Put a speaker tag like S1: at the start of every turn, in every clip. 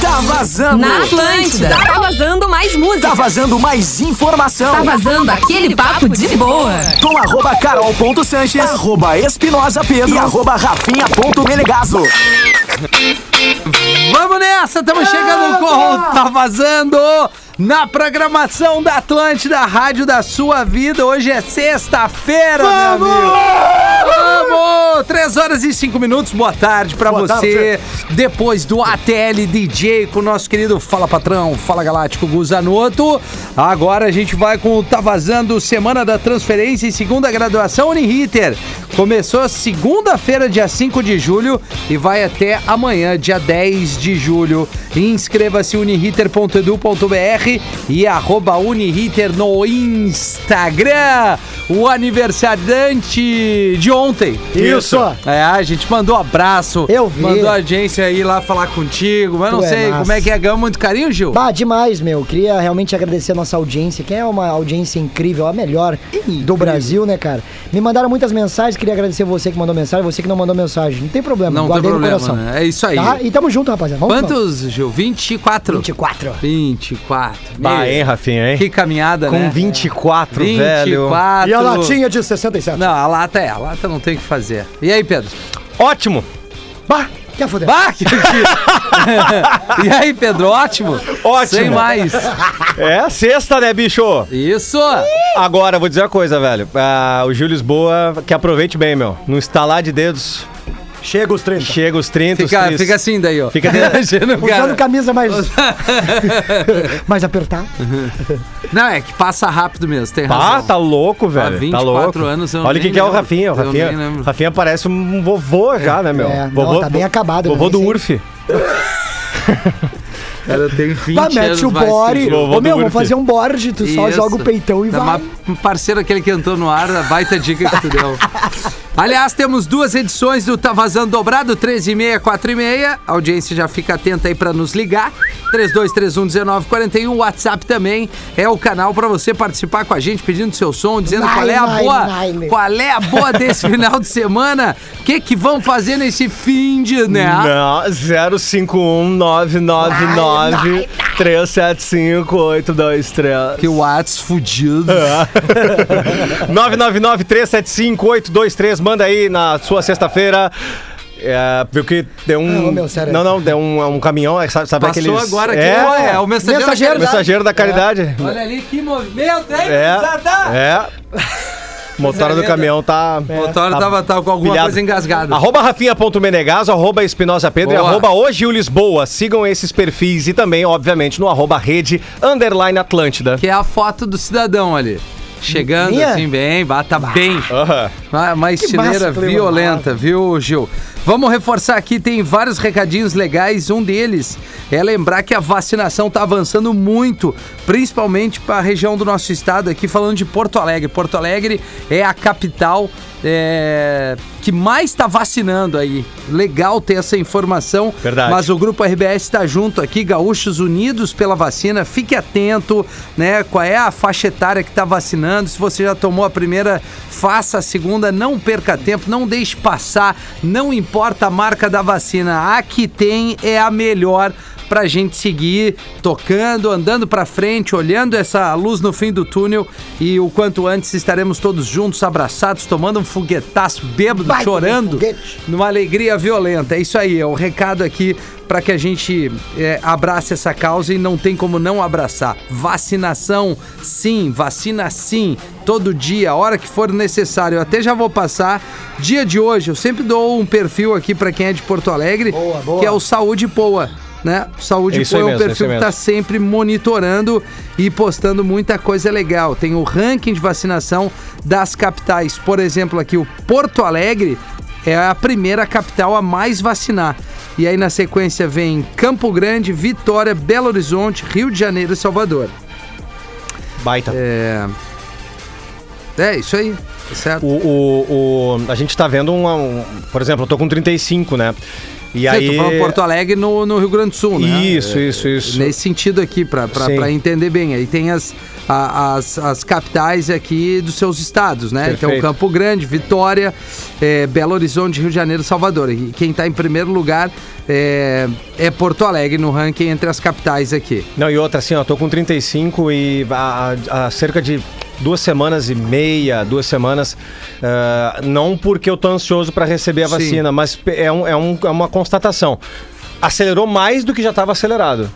S1: tá vazando.
S2: Na Atlântida.
S3: Tá vazando mais música.
S1: Tá vazando mais informação.
S2: Tá vazando aquele papo de boa.
S1: Com arroba carol.sanches, arroba espinosa pedro Ah. e arroba rafinha.melegazo.
S4: Vamos nessa, estamos chegando com Tá Vazando na programação da Atlântida, Rádio da Sua Vida. Hoje é sexta-feira, meu amigo. Vamos! 3 horas e 5 minutos, boa tarde pra
S1: Boa
S4: você. Depois do ATL DJ com o nosso querido Fala Patrão, Fala Galáctico Guzanoto. Agora a gente vai com o Tá Vazando, Semana da Transferência e Segunda Graduação Uniriter. Começou segunda-feira, dia 5 de julho e vai até amanhã, dia 10 de julho. Inscreva-se uniriter.edu.br e arroba Uniriter no Instagram. O aniversariante de ontem.
S5: Isso.
S4: É, a gente mandou abraço.
S5: Eu vi.
S4: Mandou a agência aí lá falar contigo, mas não
S5: Tu é
S4: sei
S5: massa.
S4: como é que é. Ganhamos muito carinho, Gil?
S5: Bah, demais, meu. Queria realmente agradecer a nossa audiência, que é uma audiência incrível, a melhor do Brasil, né, cara? Me mandaram muitas mensagens, queria agradecer você que mandou mensagem, você que não mandou mensagem. Não tem problema,
S4: Não tem
S5: guardei
S4: problema,
S5: no coração.
S4: né? É isso aí.
S5: Tá? E tamo junto, rapaziada. Vamos que
S4: Quantos, Gil? 24?
S5: 24.
S4: 24.
S6: Bah,
S4: Meu,
S6: hein, Rafinha, hein?
S4: Que caminhada, né?
S6: Com 24, velho.
S4: 24.
S5: vamos. E a latinha de 67.
S4: Não, a lata é, a lata não tem o que fazer. E aí, Pedro?
S6: Ótimo.
S5: Bah, quer foder?
S4: Bah, que mentira. E aí, Pedro, ótimo?
S6: Ótimo.
S4: Sem mais.
S6: É sexta, né, bicho?
S4: Isso.
S6: Agora, vou dizer uma coisa, velho. Ah, o Gil Lisboa, que aproveite bem, meu. No estalar de dedos,
S5: Chega os 30.
S6: chega os 30, os
S4: Fica,
S6: 30.
S4: fica assim daí, ó.
S6: Fica de-
S4: Imagina o
S5: Usando
S4: cara.
S5: camisa mais. mais apertada.
S4: Não, é que passa rápido mesmo, tem
S6: Ah,
S4: razão.
S6: tá louco, velho.
S4: 24
S6: tá louco.
S4: anos, eu
S6: Olha o que,
S4: nem
S6: que é o
S4: lembro.
S6: Rafinha. O
S4: Eu
S6: Rafinha,
S4: nem lembro.
S6: Rafinha parece um vovô já, né, meu?
S5: É, não,
S6: vovô,
S5: tá bem acabado,
S6: Vovô
S5: né?
S6: do
S5: Esse-
S6: Urf.
S4: Ela tem 20
S5: Bah, mete o
S4: mais que
S5: body.
S4: eu.
S6: Vovô
S5: Ô,
S6: do
S5: meu, vamos
S6: Urfi.
S5: fazer um board, tu só
S4: Isso. Tá
S5: joga o peitão e
S4: Não,
S5: vai.
S4: mas um parceiro aquele que entrou no ar, a baita dica que tu deu. Aliás, temos duas edições do Tá Vazando Dobrado, 13h30, 4h30. A audiência já fica atenta aí pra nos ligar. 32311941, o WhatsApp também é o canal pra você participar com a gente, pedindo seu som, dizendo
S5: Vai,
S4: qual é a
S5: vai,
S4: boa,
S5: vai.
S4: qual é a boa desse final de semana, o que que vão fazer nesse fim de, né?
S6: Não, 051-999-375-823.
S4: Que o WhatsApp fudido.
S6: 999-375-823. Manda aí na sua sexta-feira. É, viu que deu um.
S5: Não, meu, sério.
S6: não, não, deu um, é um caminhão. é, Sabe, sabe
S4: Passou
S6: aqueles.
S4: agora aqui,
S6: é,
S4: olha, é o mensageiro, da
S5: Mensageiro,
S4: caridade.
S6: mensageiro da caridade.
S4: Olha ali que movimento, hein? tá.
S6: É.
S4: gurizada?
S6: É. Motora do
S4: Coisa
S6: caminhão tá.
S5: É.
S4: O Toro tava, tava com alguma
S6: pilhado.
S4: coisa engasgada.
S6: Arroba Rafinha.menegaso, arroba Espinosa Pedro e
S4: Boa.
S6: arroba hoje Lisboa. Sigam esses perfis e também, obviamente, no arroba rede underline Atlântida.
S4: Que é a foto do cidadão ali. Chegando
S5: Minha?
S4: assim, bem, bata bem.
S6: Aham.
S4: Ah, Uma, uma estileira
S5: massa, Cleo.
S4: violenta, viu, Gil? Vamos reforçar aqui, tem vários recadinhos legais. Um deles é lembrar que a vacinação está avançando muito, principalmente para a região do nosso estado aqui, falando de Porto Alegre. Porto Alegre é a capital é, que mais está vacinando aí. Legal ter essa informação.
S6: Verdade.
S4: Mas o Grupo RBS está tá junto aqui, Gaúchos Unidos pela Vacina. Fique atento, né? Qual é a faixa etária que está vacinando? Se você já tomou a primeira, faça a segunda. Não perca tempo, não deixe passar. Não importa a marca da vacina, a que tem é a melhor pra gente seguir tocando, andando pra frente, olhando essa luz no fim do túnel e o quanto antes estaremos todos juntos, abraçados, tomando um foguetaço, bêbado,
S5: Baita de um
S4: chorando
S5: foguete.
S4: numa alegria violenta. É isso aí, é o recado aqui para que a gente é, abrace essa causa e não tem como não abraçar. Vacinação, sim, vacina sim, todo dia, a hora que for necessário. Eu até já vou passar. Dia de hoje, eu sempre dou um perfil aqui para quem é de Porto Alegre,
S5: Boa, boa.
S4: que é o Saúde Poa. Né? O Saúde
S6: É isso aí
S4: Poa é um
S6: mesmo, é isso
S4: perfil que
S6: aí
S4: está
S6: mesmo.
S4: sempre monitorando e postando muita coisa legal. Tem o ranking de vacinação das capitais. Por exemplo, aqui o Porto Alegre é a primeira capital a mais vacinar. E aí na sequência vem Campo Grande, Vitória, Belo Horizonte, Rio de Janeiro e Salvador.
S6: Baita.
S4: É, é isso aí, tá certo?
S6: O, o- o- a gente tá vendo um, um- Por exemplo, eu tô com 35, né? E
S4: Sim, eu
S6: aí.
S4: tô falando Porto Alegre no, no Rio Grande do Sul, né?
S6: Isso,
S4: É,
S6: isso, isso.
S4: Nesse sentido aqui, pra, pra,
S6: Sim.
S4: pra entender bem. Aí tem as, a- as, as capitais aqui dos seus estados, né? Então,
S6: Perfeito.
S4: Campo Grande, Vitória, é, Belo Horizonte, Rio de Janeiro, Salvador. E quem tá em primeiro lugar é, é Porto Alegre no ranking entre as capitais aqui.
S6: Não, e outra assim, ó, tô com 35 e há, há- há cerca de duas semanas e meia, duas semanas, ah, não porque eu tô ansioso para receber a
S4: Sim.
S6: vacina, mas pe- é, um- é um- é uma constatação. Acelerou mais do que já estava acelerado,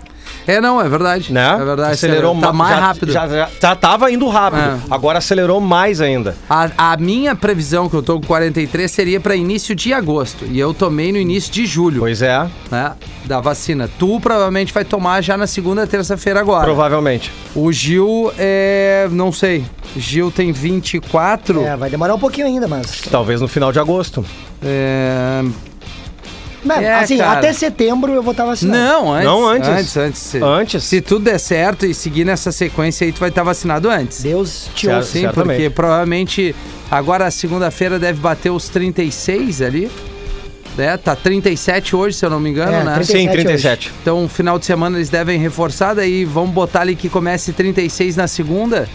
S4: É, não, é verdade.
S6: né?
S4: É verdade.
S6: acelerou
S4: tá
S6: ma-
S4: mais
S6: já,
S4: rápido.
S6: Já, já, já tava indo rápido,
S4: É.
S6: agora acelerou mais ainda.
S4: A, a minha previsão, que eu tô com 43, seria pra início de agosto. E eu tomei no início de julho.
S6: Pois é,
S4: né, da vacina. Tu provavelmente vai tomar já na segunda, terça-feira agora.
S6: provavelmente.
S4: O Gil é, não sei. Gil tem 24.
S5: É, vai demorar um pouquinho ainda, mas.
S6: Talvez no final de agosto.
S4: É,
S5: Mas,
S4: É,
S5: assim,
S4: cara.
S5: até setembro eu vou estar vacinado.
S4: Não, antes.
S6: Não, antes.
S4: Antes, antes. Se,
S6: Antes.
S4: se tudo der certo e seguir nessa sequência aí, tu vai estar vacinado antes.
S5: Deus te
S6: Certo.
S5: ouça.
S4: Sim,
S6: certamente.
S4: porque provavelmente agora segunda-feira deve bater os 36 ali. Né? Tá 37 hoje, se eu não me engano,
S5: É,
S4: né?
S5: 37
S6: Sim,
S5: hoje.
S6: 37.
S4: Então, final de semana eles devem reforçar, daí vão botar ali que comece 36 na segunda.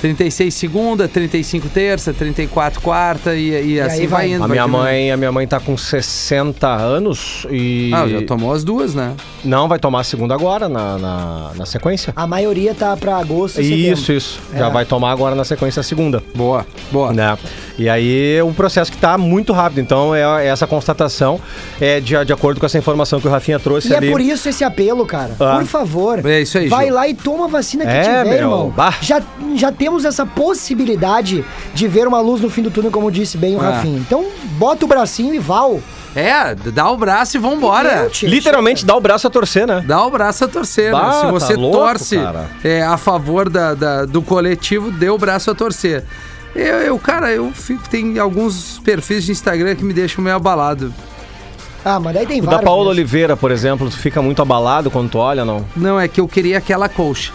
S4: 36 segunda, 35 terça, 34 quarta e, e, assim
S5: aí
S4: vai
S5: vai.
S4: indo.
S6: A
S4: vai
S6: minha
S4: indo.
S6: mãe, a minha mãe tá com 60 anos e
S4: Ah, já tomou as duas, né?
S6: não vai tomar a segunda agora na, na, na sequência.
S5: A maioria tá pra agosto e setembro.
S6: Isso, isso. Já
S5: É.
S6: vai tomar agora na sequência a segunda.
S4: Boa, boa.
S6: Né? E aí é um processo que tá muito rápido. Então é, é essa constatação é de, de acordo com essa informação que o Rafinha trouxe
S5: E
S6: ali.
S5: é por isso esse apelo, cara.
S6: Ah.
S5: Por favor.
S4: É isso aí,
S5: Vai
S4: Gil.
S5: lá e toma a vacina que
S6: É,
S5: tiver,
S6: meu,
S5: irmão.
S6: bah.
S5: Já, já temos essa possibilidade de ver uma luz no fim do túnel, como disse bem o
S4: Ah.
S5: Rafinha. Então, bota o bracinho e val.
S4: É, dá o braço e vambora.
S5: Eu te-
S6: Literalmente dá o braço a torcer, né?
S4: Dá o braço a torcer, né?
S6: Bah,
S4: Se
S6: tá
S4: você
S6: louco,
S4: torce
S6: cara.
S4: é, a favor da, da- do coletivo, dê o braço a torcer. Eu, eu, cara, eu fico. Tem alguns perfis de Instagram que me deixam meio abalado.
S5: Ah, mas daí tem
S6: O
S5: vários.
S6: da Paola
S5: mesmo.
S6: Oliveira, por exemplo, tu fica muito abalado quando tu olha, não?
S4: Não, é que eu queria aquela colcha.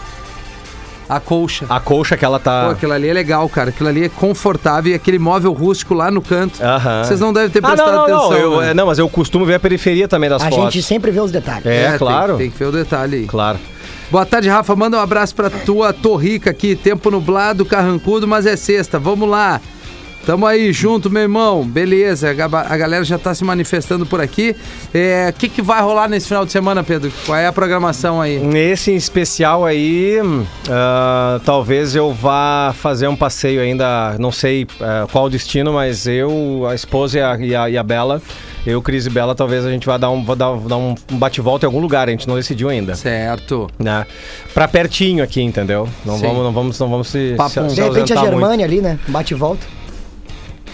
S4: A colcha.
S6: A colcha que ela
S4: Pô,
S6: tá.
S4: aquilo ali é legal, cara. Aquilo ali é confortável e aquele móvel rústico lá no canto.
S6: Aham.
S4: Vocês não devem ter
S6: Ah,
S4: prestado
S6: não, não,
S4: atenção.
S6: não. Eu,
S4: né?
S6: é, não, mas eu costumo ver a periferia também das
S5: A
S6: fotos.
S5: gente sempre vê os detalhes.
S6: É,
S4: né? tem-
S6: claro.
S4: Tem, que ver o detalhe aí.
S6: Claro.
S4: Boa tarde, Rafa. Manda um abraço pra tua Torrica aqui. Tempo nublado, carrancudo, mas é sexta. Vamos lá. Tamo aí junto, meu irmão. Beleza, a gaba- a galera já tá se manifestando por aqui. O que, que vai rolar nesse final de semana, Pedro? Qual é a programação aí?
S6: Nesse em especial aí, ah, talvez eu vá fazer um passeio ainda, não sei ah, qual o destino, mas eu, a esposa e a, e a- e a Bela, eu, Cris e Bela, talvez a gente vá dar um, vá dar, dar um bate-volta em algum lugar, a gente não decidiu ainda.
S4: Certo.
S6: Né? Pra pertinho aqui, entendeu? Não
S4: Sim.
S6: vamos, não vamos, não vamos se,
S4: Papo. um
S6: se, se
S5: De
S4: é
S5: repente a
S6: ausentar É, tá muito.
S5: Germânia ali, né? Bate e volta.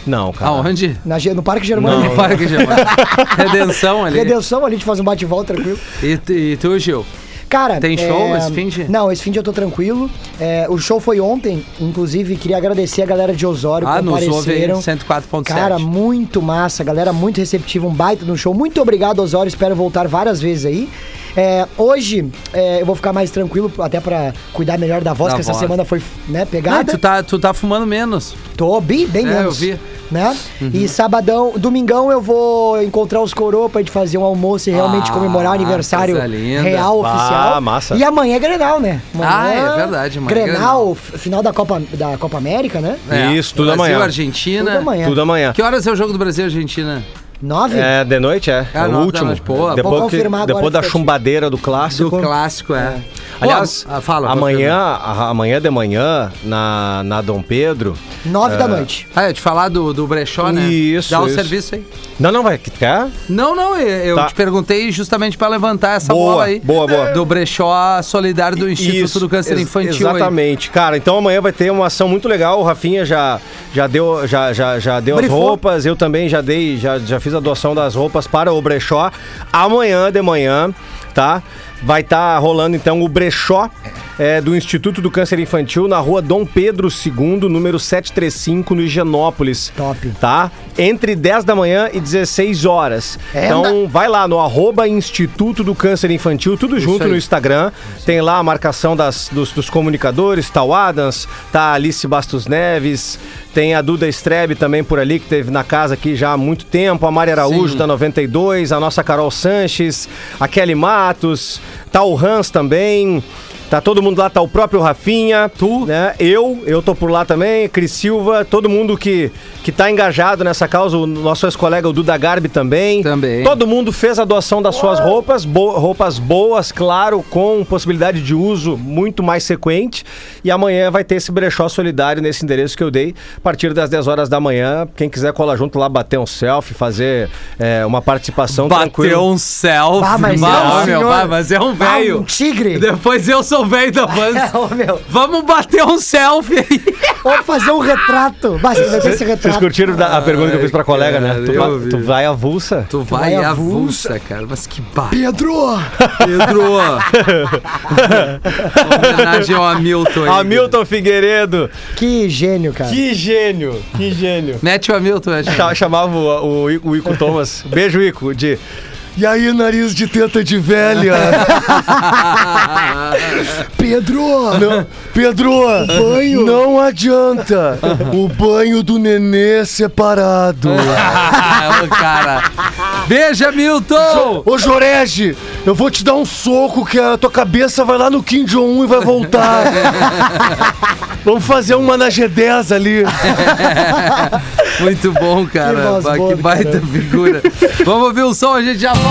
S6: Não, cara.
S4: Aonde?
S5: Na Ge- no Parque Germânia.
S6: Não.
S4: Para que chama. Redenção ali.
S5: Redenção ali, a gente faz um bate e volta tranquilo.
S4: E, tu- e tu, Gil?
S5: Cara, é,
S4: Tem show esse fim de-
S5: Não, esse fim de eu tô tranquilo. É, o show foi ontem, inclusive queria agradecer a galera de Osório
S4: Ah,
S5: que
S4: nos ouve aí,
S5: compareceram.
S4: 104.7.
S5: Cara, muito massa, galera muito receptiva, um baita no show. Muito obrigado, Osório, espero voltar várias vezes aí. É, hoje é, eu vou ficar mais tranquilo, até pra cuidar melhor da voz,
S4: Da
S5: que essa
S4: voz.
S5: semana foi né,
S4: Ah,
S5: pegada.
S4: tu tá, tu tá fumando menos.
S5: Tô bem, bem
S4: É,
S5: menos.
S4: eu vi. Uhum.
S5: Né? E sabadão, domingão eu vou encontrar os coroa pra gente fazer um almoço e realmente
S4: Ah,
S5: comemorar o aniversário
S4: coisa linda.
S5: real,
S6: Bah,
S5: oficial.
S6: massa.
S5: E amanhã é Grenal, né?
S4: Ah, é verdade, amanhã é
S5: Grenal,
S4: Grenal.
S5: f- final da Copa, da Copa América, né?
S6: Isso, tudo
S4: É. Brasil,
S6: amanhã.
S4: Argentina.
S5: Tudo amanhã.
S6: Tudo amanhã.
S4: Que horas é o jogo do Brasil e Argentina?
S5: Nove?
S6: É, de noite, é.
S4: Ah, não,
S6: é o
S4: tá,
S6: último.
S4: mas, pô,
S5: vou
S6: depois que-
S5: confirmar agora
S6: depois da
S5: certinho.
S6: chumbadeira do
S4: assim. Do
S6: clássico.
S4: clássico, é.
S6: Aliás,
S4: Pô, ah, fala.
S6: amanhã, a- amanhã de manhã, na, na Dom Pedro.
S5: Nove
S6: É.
S5: da noite.
S4: Ah, eu te falar do, do brechó, né?
S6: Isso,
S4: Dá o
S6: isso.
S4: serviço aí.
S6: Não, não, vai. que- Quer?
S4: Não, não, eu eu
S6: Tá.
S4: te perguntei justamente pra levantar essa
S6: Boa,
S4: bola aí.
S6: boa, boa.
S4: Do brechó solidário do Instituto do Câncer
S6: ex-
S4: Infantil aí.
S6: Exatamente. Cara, então amanhã vai ter uma ação muito legal. O Rafinha já, já deu, já, já, já deu as
S5: Brifou.
S6: roupas. Eu também já dei, já, já fiz a doação das roupas para o tá brechó. Amanhã de manhã, tá? Vai estar rolando então o brechó. é, do Instituto do Câncer Infantil, na rua Dom Pedro II, número 735, no Higienópolis.
S5: Top.
S6: Tá? Entre 10 da manhã e 16 horas.
S5: É,
S6: então, vai lá no arroba Instituto do Câncer Infantil, tudo junto
S4: aí.
S6: no Instagram. Tem lá a marcação das, dos, dos comunicadores, tá o Adams, tá a Alice Bastos Neves, tem a Duda Strebe também por ali, que teve na casa aqui já há muito tempo, a Mari Araújo
S4: Sim.
S6: da 92, a nossa Carol Sanches, a Kelly Matos, tá o Hans também. Tá todo mundo lá, tá o próprio Rafinha.
S4: Tu?
S6: Né? Eu, eu tô por lá também, Cris Silva, todo mundo que, que tá engajado nessa causa, o nosso ex-colega, o Duda Garbi também.
S4: Também.
S6: Todo mundo fez a doação das suas roupas, bo- roupas boas, claro, com possibilidade de uso muito mais frequente. E amanhã vai ter esse brechó solidário nesse endereço que eu dei, a partir das 10 horas da manhã. Quem quiser colar junto lá, bater um selfie, fazer é, uma participação
S4: Bateu um selfie.
S5: Ah, mas é
S4: Bah, meu,
S5: um senhor.
S4: bah, mas é um
S5: Ah,
S4: velho.
S5: um tigre.
S4: Depois eu sou velho da
S5: É,
S4: banda.
S5: ô, meu.
S4: Vamos bater um selfie aí.
S5: Ou fazer um retrato. Mas vai ter esse
S6: Vocês
S5: retrato.
S6: curtiram da- a pergunta que eu fiz pra colega, né?
S4: cara,
S6: Tu,
S4: eu
S6: va-
S4: vi.
S6: tu vai avulsa?
S4: Tu vai
S5: vai
S4: avulsa, cara. Mas que barra.
S5: Pedro!
S4: Pedro. Homenagem ao Hamilton aí.
S6: Hamilton Figueiredo,
S5: Que gênio, cara.
S6: que gênio, que gênio.
S4: Mete o Hamilton, acho.
S6: Cha- chamava o, o, Ico- o Ico Thomas. Beijo, Ico, de. E aí, nariz de teta de velha? Pedro! Pedro! banho! Não adianta! O banho do nenê separado!
S4: Ah, ô, cara. Beijo, Hamilton.
S6: Ô, Jorege, eu vou te dar um soco que a tua cabeça vai lá no Kim Jong-un e vai voltar. Vamos fazer uma na G10 ali.
S4: Muito bom, cara.
S5: Que voz
S4: Bah, Que,
S5: boa do
S4: baita figura. Vamos ouvir o som, a gente já volta.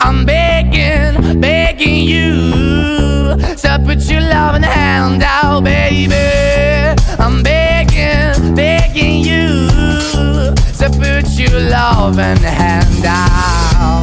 S3: I'm begging, begging you to put your love in the hand out, baby. I'm begging, begging you to put your love in the hand out.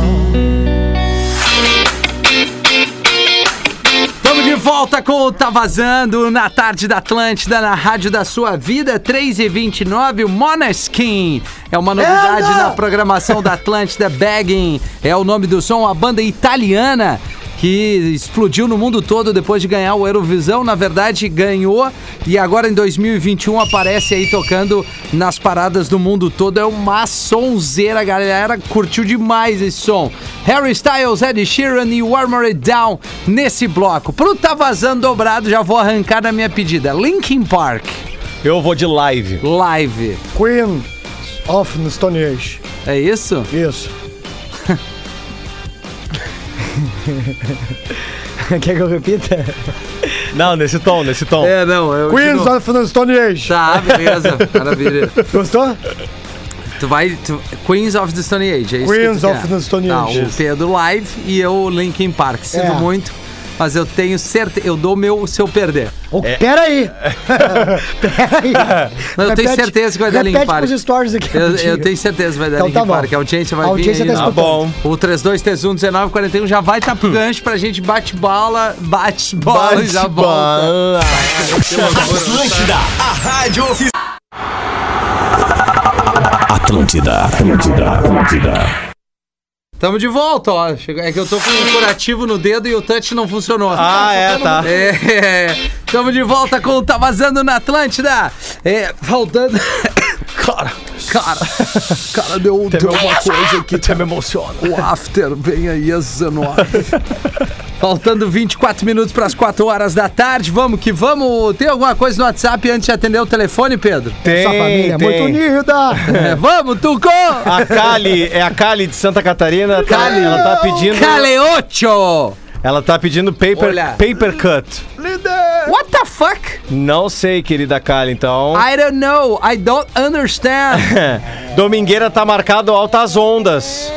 S4: Estamos de volta com o Tá Vazando na tarde da Atlântida, na Rádio da Sua Vida, 3h29, o Moneskin. É uma novidade na programação da Atlântida, Bagging é o nome do som, a banda italiana que explodiu no mundo todo depois de ganhar o Eurovisão, na verdade ganhou e agora em 2021 aparece aí tocando nas paradas do mundo todo, é uma sonzeira, galera, curtiu demais esse som. Harry Styles, Ed Sheeran e Warmer It Down nesse bloco. Pro Tá Vazando Dobrado, já vou arrancar na minha pedida. Linkin Park,
S6: Eu vou de live.
S4: live.
S5: Queen of the Stone Age.
S4: É isso?
S5: Isso. Quer que eu repita?
S6: Não, nesse tom, nesse tom.
S4: É, não, eu...
S5: Queens of the Stone Age.
S4: Tá, beleza, maravilha.
S5: Gostou?
S4: Tu vai. tu- Queens of the Stone Age, é isso?
S5: Queens
S4: que tu
S5: of
S4: quer.
S5: the Stone
S4: Tá,
S5: Age.
S4: o Pedro Live e eu Linkin Park. Sinto
S5: É.
S4: muito, mas eu tenho certeza. Eu dou meu se eu perder.
S5: Oh, Pera aí. Pera aí.
S4: Não, eu tenho
S5: Repete-
S4: certeza que vai dar Linkin
S5: repete
S4: Park.
S5: pros stories aqui.
S4: Eu, eu
S5: rapidinho.
S4: tenho certeza que vai dar
S5: Então
S4: Linkin
S5: tá bom.
S4: Park. A audiência vai
S5: A audiência
S4: vir.
S5: tá
S4: aí.
S6: Tá bom.
S4: O 32311941 já vai estar pro gancho pra gente bate bala, bate bola e já volta.
S6: Bate-bola.
S1: Atlântida, a rádio oficial. Atlântida, Atlântida, Atlântida.
S4: Tamo de volta, ó. Chegou- É que eu tô com um curativo no dedo e o touch não funcionou.
S6: Ah, é, tá.
S4: É, estamos de volta com o Tá Vazando na Atlântida. É, faltando. Cara, cara, cara, deu, deu uma coisa aqui.
S6: Até me emociona.
S4: O after vem aí às 19. Faltando 24 minutos para as 4 horas da tarde. Vamos que vamos. Tem alguma coisa no WhatsApp antes de atender o telefone, Pedro?
S5: Essa família é muito unida.
S4: É, vamos, Tuco!
S6: A Kali, é a Kali de Santa Catarina. tá-
S4: Kali.
S6: Ela tá pedindo.
S4: Caleocho!
S6: Ela tá pedindo paper,
S4: Olha.
S6: paper cut.
S4: What the fuck?
S6: Não sei, querida Kali, então.
S4: I don't know. I don't understand.
S6: Domingueira tá marcado altas ondas.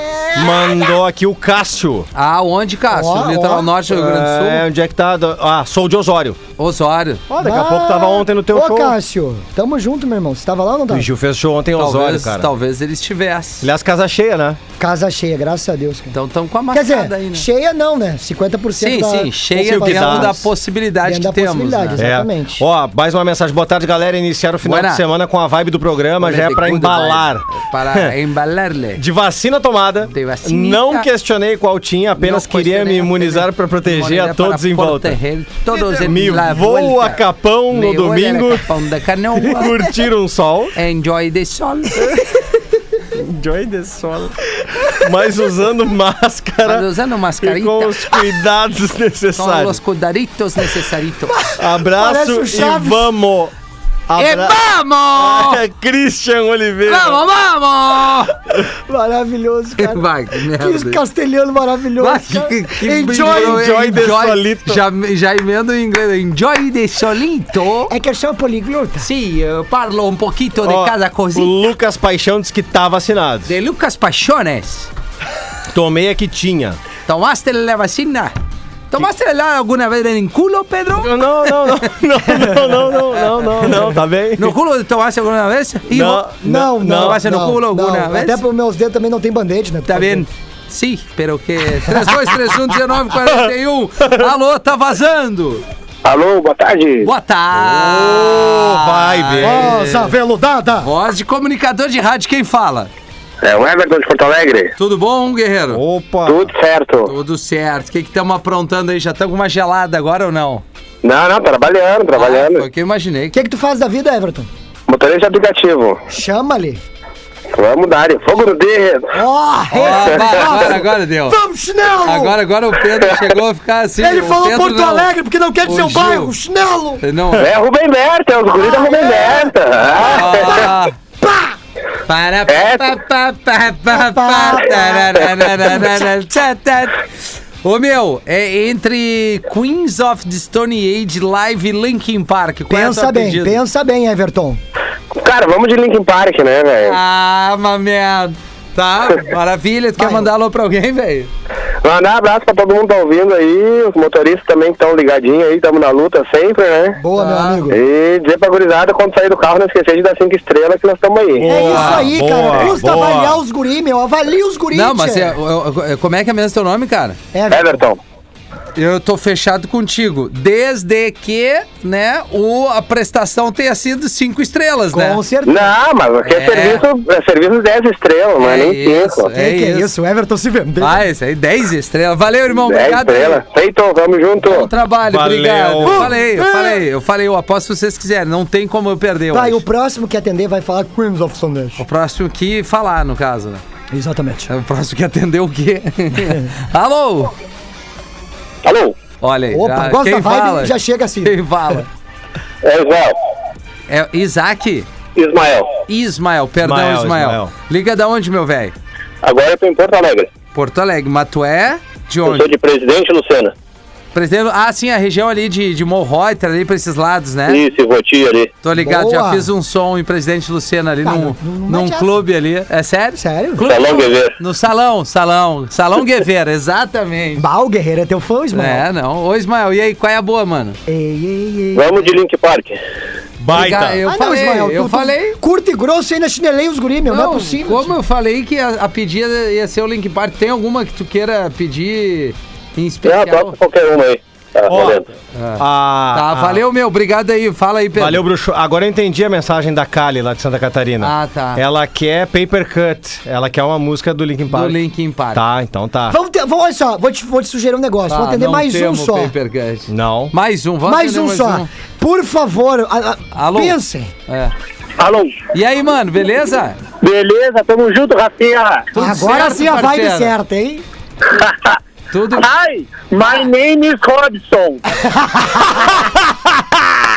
S6: Mandou aqui o Cássio.
S4: Aonde, Ah, Cássio?
S5: Ó,
S4: Litoral
S5: ó. É.
S4: Norte do Rio Grande do Sul?
S6: É, onde é que tá? Do- Ah, sou de Osório.
S4: Osório.
S6: Ó, daqui a
S5: Ah,
S6: pouco tava ontem no teu
S5: Ô,
S6: show.
S5: Cássio, tamo junto, meu irmão. Você tava lá ou não
S6: O
S5: tava?
S6: Gil fez show ontem em
S4: Talvez,
S6: Osório, cara.
S4: talvez ele estivesse.
S6: Aliás, casa cheia, né?
S5: Casa cheia, graças a Deus, cara.
S4: Então estamos com a
S5: Quer
S4: marcada
S5: dizer,
S4: aí, né?
S5: cheia não, né? 50%
S4: Sim,
S5: da...
S4: sim, cheia
S6: o que
S4: dentro
S6: dá.
S4: da possibilidade que
S5: Dentro da
S4: temos.
S5: possibilidade,
S4: né?
S5: exato. Exatamente.
S6: É. Ó, mais uma mensagem. Boa tarde, galera. Iniciar o final
S4: Buena.
S6: de semana com a vibe do programa, já é pra
S4: Good
S6: embalar.
S4: vibe. é Para embalar-lhe.
S6: De vacina tomada,
S4: De vacina.
S6: não questionei qual tinha, apenas
S4: Não
S6: queria me
S4: questionei,
S6: imunizar pra proteger
S4: Imunidade
S6: a todos
S4: né? para
S6: em volta.
S4: proteger todos em
S6: Me
S4: la
S6: vou
S4: vuelta.
S6: a Capão no
S4: Me voy a la
S6: domingo
S4: Capão da
S6: e
S4: Canoa.
S6: curtir um sol.
S4: Enjoy the sol.
S6: Enjoy the sol. Mas usando
S4: Mas
S6: máscara
S4: usando
S6: e com
S4: mascarita.
S6: os cuidados
S4: São
S6: necessários.
S4: os cuidaditos necessaritos.
S5: Parece
S6: Abraço
S5: o
S6: e
S5: Chaves.
S6: vamos!
S4: E
S6: Abra...
S4: vamos!
S6: Christian Oliveira.
S4: Vamos, vamos!
S5: Maravilhoso, cara.
S4: Vai, que
S5: Que
S4: merda.
S5: castelhano maravilhoso.
S4: Vai,
S5: cara.
S4: que- que-
S5: Enjoy.
S6: enjoy the solito.
S4: Já, já emendo em inglês. Enjoy de solito.
S5: É que eu sou poliglota.
S4: Sim, eu parlo um pouquinho
S6: Ó,
S4: de cada
S6: O
S4: coisinha.
S6: Lucas Paixão disse que tá vacinado.
S4: De Lucas Paixones.
S6: Tomei a que tinha.
S4: Tomaste la vacina? Tomaste la alguna vez en culo, Pedro?
S6: Não, não, não, não, não, não, não, não, não, não, tá bem?
S4: No culo tomaste alguna vez? hijo?
S6: Não,
S5: Não,
S6: não,
S5: não.
S4: vai ser no culo alguma vez?
S5: Até pros meus dedos também não tem band-aid, né?
S4: né? Tá bem. Sim, pero que 3231 1941. Alô, tá vazando.
S7: Alô, boa tarde.
S4: Boa
S6: Ô,
S4: tarde.
S6: vibe.
S5: Rosa veludada.
S4: Voz de comunicador de rádio, quem fala?
S7: É o Everton de Porto Alegre.
S4: Tudo bom, guerreiro?
S6: Opa.
S7: Tudo certo.
S4: Tudo certo. O que estamos aprontando aí? Já estamos com uma gelada agora ou não?
S7: Não, não, trabalhando,
S4: Ah,
S7: trabalhando.
S4: foi o que eu imaginei.
S5: O que é que tu faz da vida, Everton?
S7: Motorista de aplicativo.
S5: Chama-lhe.
S7: Vamos dar. Fogo no dedo.
S5: Ó,
S4: Ó,
S5: esse-
S4: agora, agora, agora deu.
S5: Vamos, chinelo!
S4: Agora, agora o Pedro chegou a ficar assim.
S5: Ele
S4: o
S5: falou
S4: Pedro
S5: Porto
S4: não.
S5: Alegre porque não quer
S4: O
S5: dizer o
S4: Gil.
S5: bairro, chinelo!
S4: Não,
S7: É Rubem Berta, é os guris da Rubem
S4: é.
S7: Berta. Ah,
S4: Ah. Para,
S7: É.
S4: pa, pa, pa, pa, pa, tarararararara, tchá, tá. Ô meu, é entre Queens of the Stone Age Live e Linkin Park. Qual é a
S5: Pensa
S4: tua
S5: bem,
S4: pedida?
S5: pensa bem, Everton.
S7: Cara, vamos de Linkin Park, né, velho?
S4: Ah, uma merda. Tá, maravilha. Tu quer
S5: Vai.
S4: mandar alô pra alguém, velho?
S7: Mandar um abraço pra todo mundo que tá ouvindo aí. Os motoristas também que estão ligadinhos aí, estamos na luta sempre, né?
S5: Boa,
S4: Tá.
S5: meu amigo.
S7: E dizer pra gurizada, quando sair do carro, não esquecer de dar cinco estrelas que nós estamos aí.
S5: É isso
S6: Boa,
S5: aí, cara.
S6: boa,
S5: Custa
S6: boa.
S5: avaliar os guri, meu. Avalia os guri,
S4: Não, mas
S5: tchê.
S4: é- eu- eu- como é que é mesmo teu nome, cara?
S5: Everton.
S7: Everton.
S4: Eu tô fechado contigo. Desde que, né, o, a prestação tenha sido cinco estrelas, né?
S5: Com certeza.
S7: Não, mas aqui é,
S4: É.
S7: serviço, é serviço 10 estrelas, não é, nem
S4: isso, é
S7: 5.
S5: que que é
S4: isso.
S5: isso? O Everton se vendeu.
S4: Vai, isso aí, 10 estrelas. Valeu, irmão.
S7: 10
S4: Obrigado. Então tá.
S7: estrelas. Feito, vamos junto.
S4: Bom trabalho,
S6: Valeu.
S4: obrigado. Eu
S5: Uh!
S6: Ah,
S4: falei, eu falei, eu falei, eu aposto se vocês quiserem. Não tem como eu perder
S5: Tá, e o
S4: hoje.
S5: próximo que atender vai falar Queens of Stonehenge.
S4: O próximo que falar, no caso, né?
S5: Exatamente.
S4: É O próximo que atendeu o quê? Alô?
S7: Alô,
S4: Olha aí.
S5: Opa,
S4: ah,
S5: gosta
S4: quem
S5: da vibe,
S4: fala?
S5: já chega assim.
S4: Quem fala?
S7: é Israel.
S4: É Isaac?
S7: Ismael.
S4: Ismael, perdão, Ismael.
S6: Ismael, Ismael.
S4: Liga da onde, meu velho?
S7: Agora eu tô em Porto Alegre.
S4: Porto Alegre, Matué? De
S7: Eu sou
S4: onde?
S7: de Presidente Lucena.
S4: Presidente, ah, sim, a região ali de, de Morreuter, ali pra esses lados, né?
S7: Isso, e Voti ali.
S4: Tô ligado,
S5: Boa.
S4: já fiz um som em Presidente Lucena ali
S5: Ah,
S4: num,
S5: não- não
S4: num
S5: mete
S4: clube ali. É sério?
S5: Sério?
S4: Clube
S7: Salão
S4: no-
S7: Guevara.
S4: No salão, salão. Salão Guevara, exatamente.
S5: Bah, o guerreiro é teu fã, Ismael.
S4: É, não. Ô, Ismael, e aí, qual é a boa, mano?
S5: Ei, ei, ei.
S7: Vamos de Link Park.
S6: Baita.
S4: Obrigado, Eu
S5: Ah, não,
S4: falei, eu
S5: tu- tu
S4: falei.
S5: Curto e grosso e ainda chinelei os guri, meu. Não, é possível.
S4: como eu falei que a, a pedida ia ser o Link Park, tem alguma que tu queira pedir em
S7: Ah,
S4: especial?
S7: toca qualquer uma aí. Tá,
S6: Ó.
S7: valendo.
S6: Ah,
S4: Tá,
S6: ah,
S4: valeu, meu. Obrigado aí. Fala aí, Pedro.
S6: Valeu, bruxo. Agora eu entendi a mensagem da Kali lá de Santa Catarina.
S4: Ah, tá.
S6: Ela quer Paper Cut. Ela quer uma música do Linkin Park.
S4: Do Linkin Park.
S6: Tá, então tá.
S5: Vamos ter, vamos, olha só, vou te, vou te sugerir um negócio.
S4: Tá,
S5: vou atender
S4: não
S5: mais um
S4: temos
S5: só.
S4: paper cut.
S6: Não.
S4: Mais um, vamos
S5: Mais
S4: atender
S5: um só. Por favor, a, a,
S4: Alô?
S5: pensem.
S4: É.
S7: Alô,
S4: E aí, mano, beleza?
S7: beleza? Tamo junto, Rafinha.
S4: Tudo
S5: Agora
S4: certo,
S5: sim a vibe
S4: parceiro?
S5: certa, hein?
S4: Tudo
S7: Hi, my name is Robson.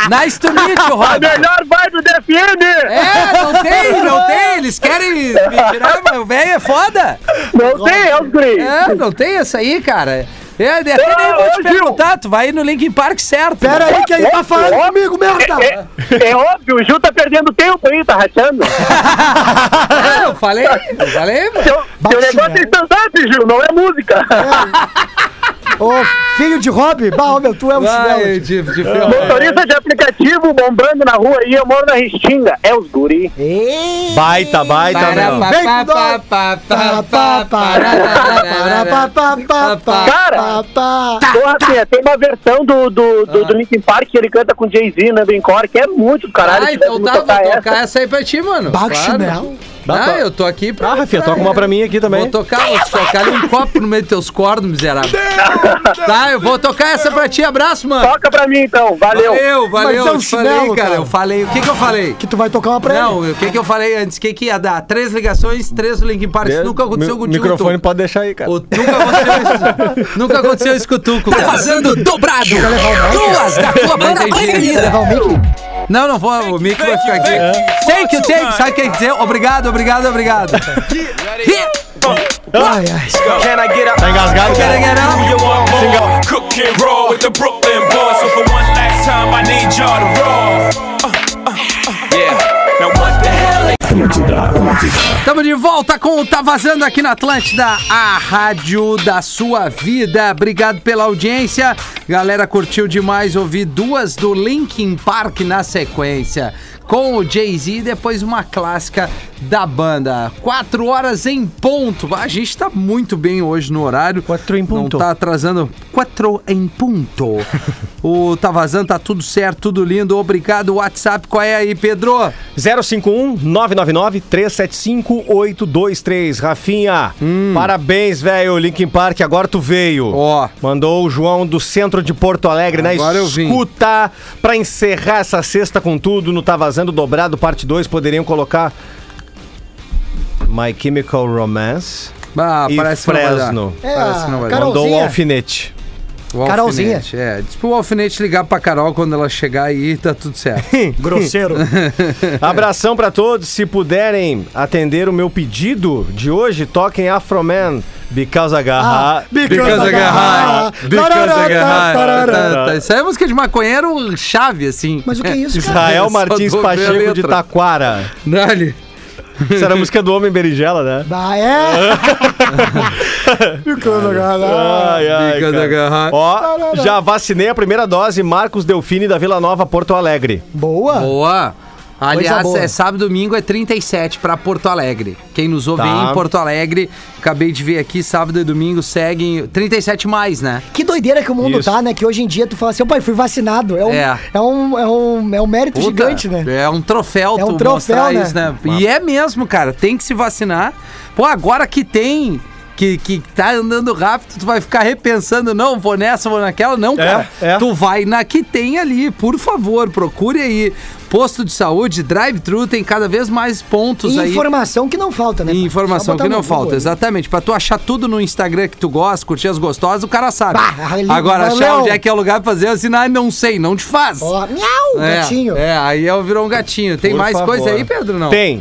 S4: nice to meet you,
S7: A
S4: Rob.
S7: melhor vibe do FM.
S4: É, não tem, não tem. Eles querem me tirar, meu velho, é foda.
S7: Não tem, é os guri.
S4: É, não tem essa aí, cara. É, até nem vou te perguntar, tu vai no Linkin Park certo. né?
S5: Pera aí que ele tá falando
S7: Ó,
S5: comigo, merda!
S4: Tá
S7: É, é óbvio, o Ju tá perdendo tempo aí, tá rachando.
S4: Ah, eu falei, eu falei, mano.
S7: Seu, seu
S4: né?
S5: Baixinha.
S4: É,
S7: negócio é stand-up, Ju, não é música.
S5: Ô, filho de Rob, bah, ô, meu, tu é um
S4: Vai,
S5: chinelo.
S4: de, de
S7: Motorista de aplicativo bombando na rua aí, eu moro na Restinga. É os guri.
S5: Ei!
S6: Baita,
S5: Então,
S6: baita, meu.
S5: Vem com dói.
S7: Cara! Porra, Fê, tem uma versão do, do, do, do
S4: Ah.
S7: Linkin Park que ele canta com Jay-Z, Nando Encore, que é muito do caralho. é
S4: Ah,
S7: se
S4: então
S7: tivesse
S4: dá,
S7: me
S4: vou tocar essa aí pra ti, mano.
S5: Bah,
S4: Claro.
S5: Tá chinelo.
S6: Dá,
S4: Ah,
S6: to-
S4: eu tô aqui pra.
S6: Ah, Rafinha, toca uma pra mim aqui
S4: Vou
S6: também.
S4: tocar, vou te tocar ali um copo no meio dos teus cornos, miserável. Tá, eu vou tocar essa pra ti. Abraço, mano.
S7: Toca pra mim então, valeu.
S4: Valeu, valeu.
S5: Mas é um
S4: Eu te falei,
S5: chinelo,
S4: cara.
S5: cara.
S4: Eu falei. O que que eu falei?
S5: Que tu vai tocar uma pra ele.
S4: Não, o que que eu falei antes? O que que ia dar? Três ligações, três do Linkin Park. Isso nunca aconteceu
S6: Mi-
S4: contigo.
S6: microfone
S4: Tuco.
S6: pode deixar aí, cara.
S4: O- nunca, aconteceu isso, nunca aconteceu isso com o Tuco,
S2: Tá
S4: cara.
S2: vazando dobrado. Duas da tua banda
S4: Não entendi.
S2: preferida.
S5: Levar o Mickey?
S4: Não, não vou. O Mick vai ficar aqui. Thank you, thank you. Sabe o que quer dizer? Obrigado, obrigado, obrigado.
S2: Yeah.
S5: Ai, ai.
S8: Can I get up?
S6: Tá
S4: Quero
S6: engasgado, cara.
S4: ganhar.
S8: You want more? Cook and roll with the Brooklyn boys. So for one last time, I need y'all to roll. Uh, uh, uh, yeah. Now what the hell?
S4: Estamos de volta com o Tá Vazando aqui na Atlântida, a rádio da sua vida. Obrigado pela audiência. Galera, curtiu demais ouvir duas do Linkin Park na sequência. Com o Jay-Z e depois uma clássica da banda. Quatro horas em ponto. A gente tá muito bem hoje no horário.
S6: Quatro em ponto.
S4: Não tá atrasando. Quatro em ponto. o Tá Vazando tá tudo certo, tudo lindo. Obrigado. WhatsApp, qual é aí, Pedro?
S6: 051-999-375-823. Rafinha, parabéns, velho. Linkin Park, agora tu veio.
S4: Hum. Ó.
S6: Mandou o João do centro de Porto Alegre
S4: Agora
S6: na
S4: eu vim.
S6: escuta. Pra encerrar essa sexta com tudo, no Tá Vazando Dobrado, parte 2, poderiam colocar My Chemical Romance
S4: Ah,
S6: e
S4: parece que não vai dar.
S6: Fresno.
S5: É,
S4: Parece que não vai dar.
S6: Mandou um
S5: Carolzinha.
S6: alfinete.
S4: Tipo, O
S5: Carolzinha.
S4: alfinete, é. Diz pro alfinete ligar pra Carol quando ela chegar aí, tá tudo certo.
S5: Grosseiro.
S6: Abração pra todos. Se puderem atender o meu pedido de hoje, toquem Afroman. Because I got high.
S5: because
S4: Ah, Because I got high. Because I got high.
S5: Tarará,
S4: Tá, tá. Isso aí é música de maconheiro chave, assim.
S5: Mas o que é isso, cara?
S6: Israel
S4: Só
S6: Martins
S4: dou minha
S6: Pacheco de
S4: letra.
S6: Taquara.
S4: Dali.
S5: Ah.
S6: Isso era a música do Homem Berigela, né?
S5: Bah, é? Because I got high.
S6: Ai, ai,
S4: Because I
S6: cara.
S4: got high.
S6: Ó, já vacinei a primeira dose, Marcos Delfini da Vila Nova, Porto Alegre.
S5: Boa.
S4: Boa. Aliás,
S5: boa.
S4: é sábado e domingo é 37 pra Porto Alegre. Quem nos ouve
S6: Tá.
S4: aí em Porto Alegre, acabei de ver aqui, sábado e domingo seguem 37 mais, né?
S5: Que doideira que o mundo
S6: Isso.
S5: tá, né? Que hoje em dia tu fala assim, ô pai, fui vacinado. É um,
S4: É.
S5: é. um, é um, é um mérito
S4: Puta,
S5: gigante, né?
S4: É um troféu
S5: É um
S4: tu
S5: troféu,
S4: mostrar
S5: né?
S4: isso, né? E é mesmo, cara, tem que se vacinar. Pô, agora que tem, que, que tá andando rápido, tu vai ficar repensando, não, vou nessa, vou naquela. Não, cara,
S6: é.
S4: tu vai na que tem ali, por favor, procure aí. Posto de saúde, drive-thru, tem cada vez mais pontos
S5: E
S4: aí.
S5: informação que não falta, né?
S4: E
S5: pai? Só
S4: Informação
S5: botar
S4: que
S5: no
S4: não
S5: Google
S4: falta,
S5: ali.
S4: exatamente. Pra tu achar tudo no Instagram que tu gosta, curtir as gostosas, o cara sabe.
S5: Bah, ali,
S4: Agora, achar
S5: valeu.
S4: onde é que é o lugar pra fazer, assim, ah, não sei, não te faz.
S5: Ó, miau,
S4: É,
S5: gatinho.
S4: É, aí eu virou um gatinho. Tem
S6: Por
S4: mais
S6: favor.
S4: coisa aí, Pedro? Não.
S6: Tem.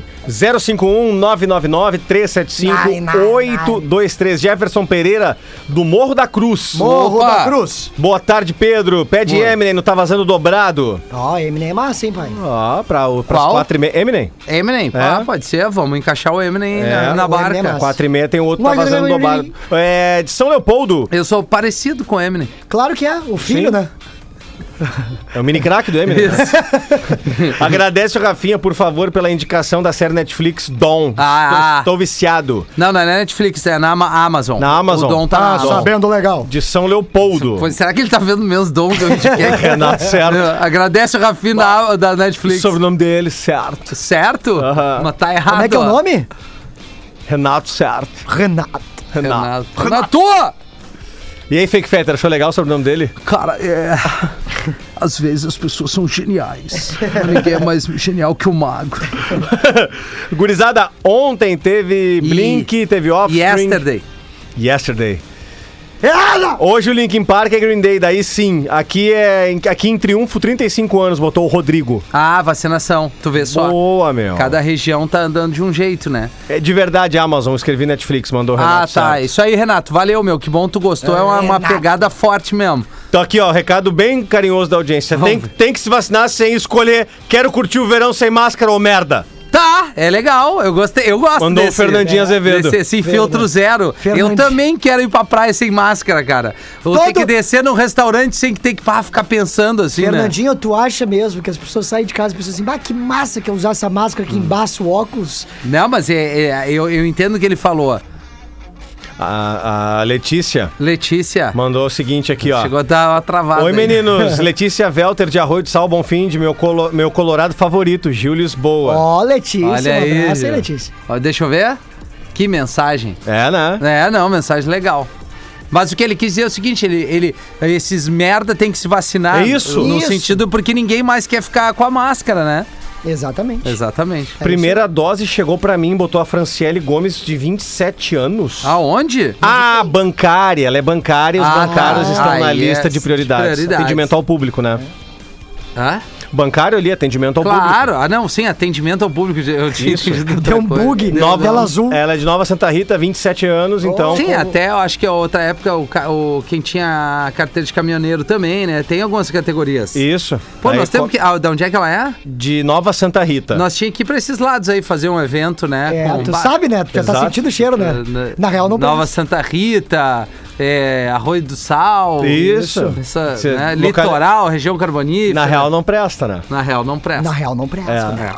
S6: 051-999-375-823. Jefferson Pereira, do Morro da Cruz.
S5: Morro
S4: Opa.
S5: da Cruz.
S6: Boa tarde, Pedro. Pede
S4: Boa.
S6: Eminem, não tá vazando dobrado.
S5: Ó, Eminem é massa, hein, pai?
S6: Ó, pra, o- pras
S4: Qual?
S6: quatro e meia. Eminem.
S4: Eminem, ah, pode ser. Vamos encaixar o Eminem
S6: É.
S4: na, na
S5: O Eminem é
S4: barca.
S5: massa.
S6: Quatro e meia tem outro tá vazando dobrado. É, de São Leopoldo.
S4: Eu sou parecido com o Eminem.
S5: Claro que é, o filho,
S6: Sim.
S5: né?
S6: É o mini crack do Eminem. Agradece o Rafinha, por favor, pela indicação da série Netflix Dom.
S4: Ah.
S6: Estou, estou viciado.
S4: Não, não é na Netflix, é na Ama- Amazon.
S6: Na Amazon.
S4: O Dom tá na
S6: Ah,
S4: Amazon.
S5: sabendo legal.
S6: De São Leopoldo.
S4: Pois, será que ele tá vendo meus dons que eu indiquei?
S6: Renato, certo.
S4: Agradece o Rafinha da, da Netflix.
S6: Sobrenome dele, certo.
S4: Certo?
S6: Aham.
S4: Mas tá errado.
S5: Como é que é o
S4: ó.
S5: nome?
S6: Renato, certo.
S5: Renato.
S6: Renato.
S4: Renato. né? Renato!
S6: E aí, Fake Fetter, achou legal o sobrenome dele?
S4: Cara, é. Às vezes as pessoas são geniais. Ninguém é mais genial que o Mago.
S6: Gurizada, ontem teve Blink, teve Offspring.
S4: Yesterday.
S6: Yesterday. Hoje o Linkin Park é Green Day, daí sim. Aqui é em- aqui em Triunfo, 35 anos, botou o Rodrigo.
S4: Ah, vacinação. Tu vê só.
S6: Boa, meu.
S4: Cada região tá andando de um jeito, né?
S6: É de verdade, Amazon, escrevi Netflix, mandou o Renato.
S4: ah, tá.
S6: Sarto.
S4: Isso aí, Renato. Valeu, meu. Que bom tu gostou. É uma, uma pegada forte mesmo.
S6: Então aqui, ó, recado bem carinhoso da audiência. Tem,
S4: Vamos ver.
S6: tem que se vacinar sem escolher, quero curtir o verão sem máscara ou merda.
S4: Tá, é legal. Eu gostei, eu gosto
S6: Mandou o Fernandinho Azevedo.
S4: Desse, esse filtro zero. Eu
S5: Fernandinho.
S4: também quero ir pra praia sem máscara, cara. Vou ter
S5: Todo-
S4: que descer num restaurante sem que ter que pá, ficar pensando assim, né?
S5: Fernandinho, tu acha mesmo que as pessoas saem de casa e pensam assim, ah, que massa que eu usar essa máscara
S4: Hum.
S5: que embaça o óculos?
S4: Não, mas é, é- eu, eu entendo o que ele falou.
S6: A, a Letícia
S4: Letícia,
S6: mandou o seguinte aqui, ó.
S4: chegou a dar uma travada.
S6: Oi,
S4: aí.
S6: meninos. Letícia Velter de Arroio de Sal Bonfim, de meu, colo- meu colorado favorito, Gil Lisboa.
S5: Ó, Letícia,
S4: Olha aí.
S5: um abraço, hein,
S4: Gil.
S5: Letícia.
S4: Ó, deixa eu ver. Que mensagem.
S6: É, né?
S4: É, não, mensagem legal. Mas o que ele quis dizer é o seguinte, ele, ele esses merda tem que se vacinar.
S6: É isso.
S4: No
S5: Isso.
S4: sentido porque ninguém mais quer ficar com a máscara, né?
S5: Exatamente. Tá
S4: Exatamente.
S6: Primeira dose chegou pra mim, botou a Franciele Gomes, de 27 anos.
S4: Aonde?
S6: Ah, bancária, ela é bancária e os
S4: Ah,
S6: bancários
S4: tá.
S6: estão na
S4: Ah,
S6: lista
S4: yes,
S6: de prioridades.
S4: prioridades.
S6: Atendimento ao público, né?
S4: Hã?
S6: Bancário ali, atendimento ao público.
S4: Claro. Ah, não, sem atendimento ao público. Eu tinha
S6: Isso.
S4: entendido
S5: Tem
S4: outra
S5: um
S4: coisa.
S5: bug,
S4: Deu-
S5: tela azul.
S6: Ela é de Nova Santa Rita, 27 anos, né? então.
S4: Oh, Sim, é. até eu acho que a outra época o, ca- o- quem tinha carteira de caminhoneiro também, né? Tem algumas categorias.
S6: Isso.
S4: Pô,
S6: Aí É.
S4: nós temos
S6: co-
S4: que. Ah, de onde é que ela é?
S6: De Nova Santa Rita.
S4: Nós tínhamos que ir pra esses lados aí fazer um evento, né?
S5: É,
S4: com
S5: tu
S4: ba-
S5: sabe, né? Tu já tá
S6: Exato.
S5: sentindo o cheiro, né?
S6: É.
S4: Eh,
S5: Na real, não
S4: Nova
S5: pode.
S4: Santa Rita, é, Arroio do Sal.
S6: Isso.
S4: Essa,
S6: Cê
S4: né,
S6: loca-
S4: Litoral, região carbonífera.
S6: Na real, não presta, né?
S4: Na real, não presta.
S5: Na real, não presta.
S6: É.
S5: né?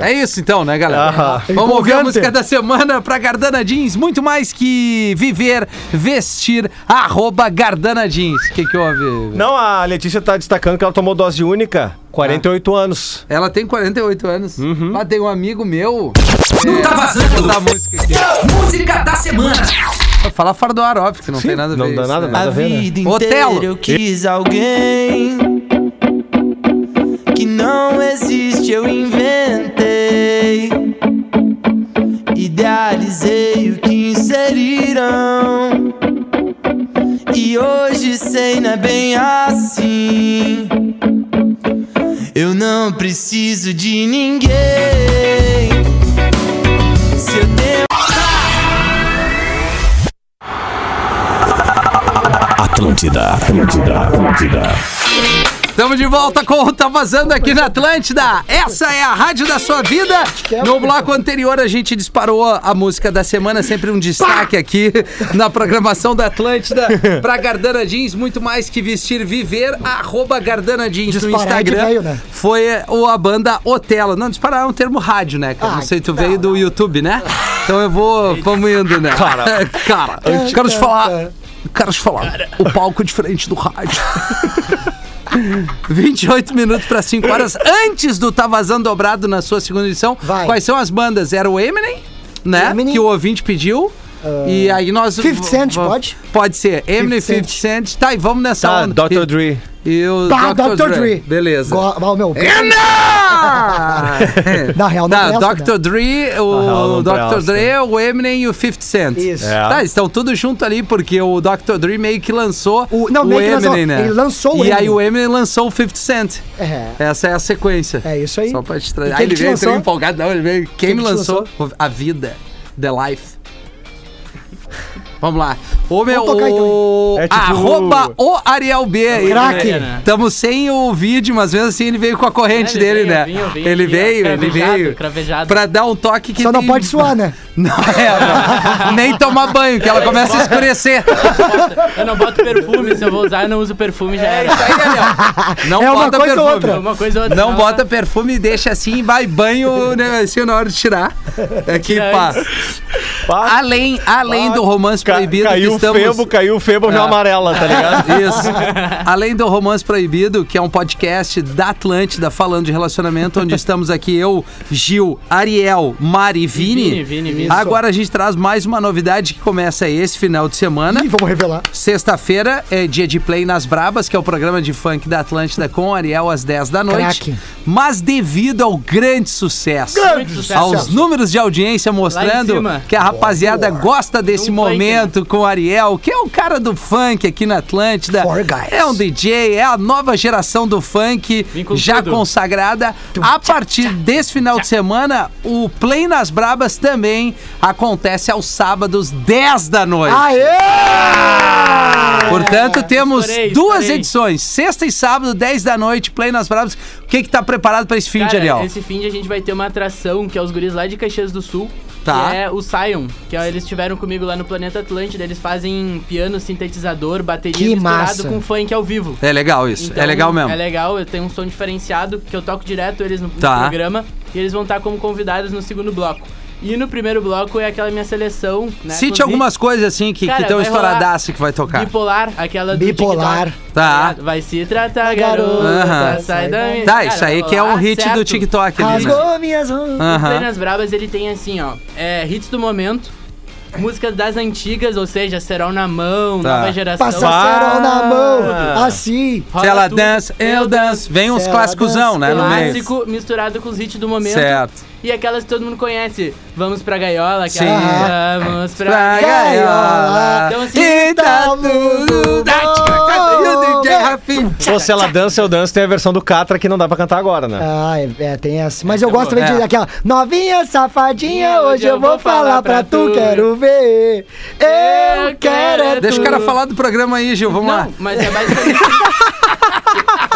S4: É isso então, né, galera?
S6: Aham.
S4: Vamos ouvir a
S6: Empolgante.
S4: música da semana pra Gardana Jeans. Muito mais que viver, vestir, arroba Gardana Jeans. O que, que houve?
S6: Não, a Letícia tá destacando que ela tomou dose única, 48 anos.
S4: Ela tem 48 anos.
S6: Uhum.
S4: Mas tem um amigo meu. É,
S2: Não tá vazando.
S4: Da música aqui.
S2: Música da semana.
S4: Fala fora do ar, óbvio, que não tem nada a ver.
S6: não dá
S4: isso,
S6: nada,
S4: né?
S6: nada.
S9: A
S6: ver, né?
S9: vida
S4: Otelo.
S9: inteira eu quis alguém que não existe, eu inventei. Idealizei o que inseriram. E hoje sei, não é bem assim. Eu não preciso de ninguém. Se eu tenho
S4: Estamos de volta com o Tá Vazando aqui na Atlântida. Essa é a rádio da sua vida. No bloco anterior a gente disparou a música da semana, sempre um destaque aqui na programação da Atlântida pra Gardana Jeans, muito mais que vestir, viver, arroba Gardana Jeans no
S5: Disparar é de
S4: Instagram.
S5: velho, né?
S4: Foi o- a banda Otelo. Não, disparar é um termo rádio, né, cara?
S5: Ah,
S4: não sei, tu veio do YouTube, né? Então eu vou, vamos indo, né? Cara, cara, quero te falar, quero te falar, o palco é diferente do rádio. 28 minutos para 5 horas antes do Tá Vazando Dobrado na sua segunda edição.
S5: Vai.
S4: Quais são as bandas? Era o Eminem, né?
S5: Eminem.
S4: Que o ouvinte pediu. e aí nós.
S5: 50 Cent,
S4: v- v-
S5: pode?
S4: Pode ser. Eminem, 50
S5: 50
S4: Cent. Tá, e vamos nessa
S6: Tá,
S4: onda.
S6: Dr. Dre.
S4: E, e o
S5: Tá, Dr. Dre.
S4: Beleza.
S5: Go- ah, o meu,
S4: É.
S5: Na real, não
S4: Tá,
S5: presta, né?
S4: Dr. Dre,
S6: real,
S4: o
S6: não
S4: Dr.
S6: presta.
S4: Dre, o Eminem e o 50 Cent.
S5: Isso.
S6: É.
S4: Tá, estão tudo junto ali, porque o Dr. Dre meio que lançou o,
S5: O- não, meio que
S4: Eminem,
S5: lançou,
S4: né?
S5: ele
S4: E
S5: lançou o
S4: aí
S5: Eminem.
S4: o Eminem lançou o 50 Cent.
S5: É.
S4: Essa é a sequência.
S5: É isso aí.
S4: Só pra te trazer.
S5: E
S4: Ah,
S5: quem
S4: ele
S5: que te
S4: veio entrou
S5: lançou?
S4: empolgado. Não, ele veio. Quem,
S5: Quem
S4: me
S5: que te
S4: lançou? A vida. The Life. Vamos lá. Ô, meu.
S5: tocar, então,
S4: o...
S6: É tipo- né?
S4: Arroba o Ariel B. aí.
S5: craque.
S4: Tamo sem o vídeo, mas mesmo assim ele veio com a corrente
S10: Ele
S4: dele,
S10: veio,
S4: né?
S10: eu vim, eu vim
S4: ele
S10: aqui, ó,
S4: veio, ele
S10: cravejado,
S4: veio.
S10: cravejado.
S4: Pra dar um toque que.
S5: Só não
S4: tem-
S5: pode suar, né?
S4: Não, é, não. Nem tomar banho, que ela começa a escurecer.
S10: Eu não boto perfume, se eu vou usar, eu não uso perfume, já era.
S4: Aí, Ariel, Não
S5: É uma
S4: bota
S5: coisa ou
S4: perfume.
S5: outra.
S10: Uma coisa ou outra.
S4: É. Não
S10: senão-
S4: bota perfume e deixa assim, vai banho né, assim na hora de tirar. É que
S10: Tira
S4: pá.
S6: Pá,
S4: Além, além do romance
S6: ca-
S4: proibido
S6: caiu
S4: que
S6: o
S4: estamos.
S6: febo, caiu o febo, já
S4: Ah.
S6: amarela, tá ligado?
S4: Isso. Além do Romance Proibido, que é um podcast da Atlântida falando de relacionamento, onde estamos aqui eu, Gil, Ariel, Mari e Vini.
S10: Vini, Vini, Vini.
S4: Agora a gente traz mais uma novidade que começa esse final de semana.
S5: Ih, vamos revelar.
S4: Sexta-feira é dia de play nas Brabas, que é o programa de funk da Atlântida com Ariel às 10 da noite.
S5: Craque.
S4: Mas devido ao grande sucesso,
S10: Grande sucesso.
S4: aos números de audiência mostrando
S10: cima.
S4: que a rapaziada gosta desse
S10: Um funk
S4: Nascimento, com o Ariel, que é o cara do funk aqui na Atlântida.
S5: Four Guys.
S4: É um DJ, é a nova geração do funk,
S10: Vem com
S4: já
S10: tudo.
S4: consagrada. A partir desse final de semana, o Play nas Brabas também acontece aos sábados, 10 da noite.
S5: Aê!
S4: Portanto, temos
S10: Ah, estourei,
S4: duas
S10: estourei.
S4: edições, sexta e sábado, 10 da noite, Play nas Brabas. O que que tá preparado pra esse fim de Ariel?
S10: Cara, esse fim de a gente vai ter uma atração que é os guris lá de Caxias do Sul.
S4: Tá.
S10: Que é o Sion, que ó, eles estiveram comigo lá no Planeta Atlântida. Eles fazem piano, sintetizador, bateria
S5: Que
S10: misturado
S5: massa.
S10: com funk ao vivo.
S4: É legal isso,
S10: Então,
S4: é legal mesmo.
S10: É legal, eu tenho um som diferenciado que eu toco direto eles no, no
S4: Tá.
S10: programa e eles vão estar como convidados no segundo bloco. E no primeiro bloco é aquela minha seleção, né?
S4: Cite
S10: com os
S4: algumas coisas assim que
S10: Cara,
S4: estão
S10: vai rolar
S4: estouradaço que vai tocar.
S10: Bipolar, aquela do
S5: Bipolar.
S10: TikTok.
S4: Tá.
S10: ligado? Vai se tratar,
S5: Garoto,
S10: garoto.
S4: Aham.
S10: Sai da minha.
S4: Tá, isso aí
S10: né? Cara,
S4: que é um
S10: rolar,
S4: hit do
S10: certo.
S4: TikTok ali. né?
S5: Rasgou minhas mãos.
S10: O
S4: Aham.
S10: Plenas Brabas ele tem assim, ó, é, hits do momento, músicas das antigas, ou seja, Serol na mão,
S4: Tá.
S10: nova geração.
S5: Passa cerol na mão. Assim.
S10: Rola
S4: Se ela
S10: tudo.
S4: dança, eu danço. Vem uns
S5: Se ela
S4: clássicosão, né?
S5: dança,
S4: No meio.
S10: Clássico misturado com os hits do momento.
S4: Certo.
S10: E aquelas que todo mundo conhece. Vamos pra gaiola,
S4: Sim.
S10: aquela. Vamos pra.
S4: Pra gaiola.
S10: Então, assim,
S4: E tá tudo. E o DJ Rafinha.
S10: Tá
S6: Pô, se ela dança, eu danço. Tem a versão do Catra que não dá pra cantar agora, né?
S5: Ah, é, é, tem essa. Mas eu gosto também de
S4: É.
S5: aquela. Novinha, safadinha, hoje eu vou falar pra tu, quero ver. Eu quero. é
S4: Deixa o
S5: tu.
S4: cara falar do programa aí, Gil. Vamos lá.
S10: Não, mas é basicamente.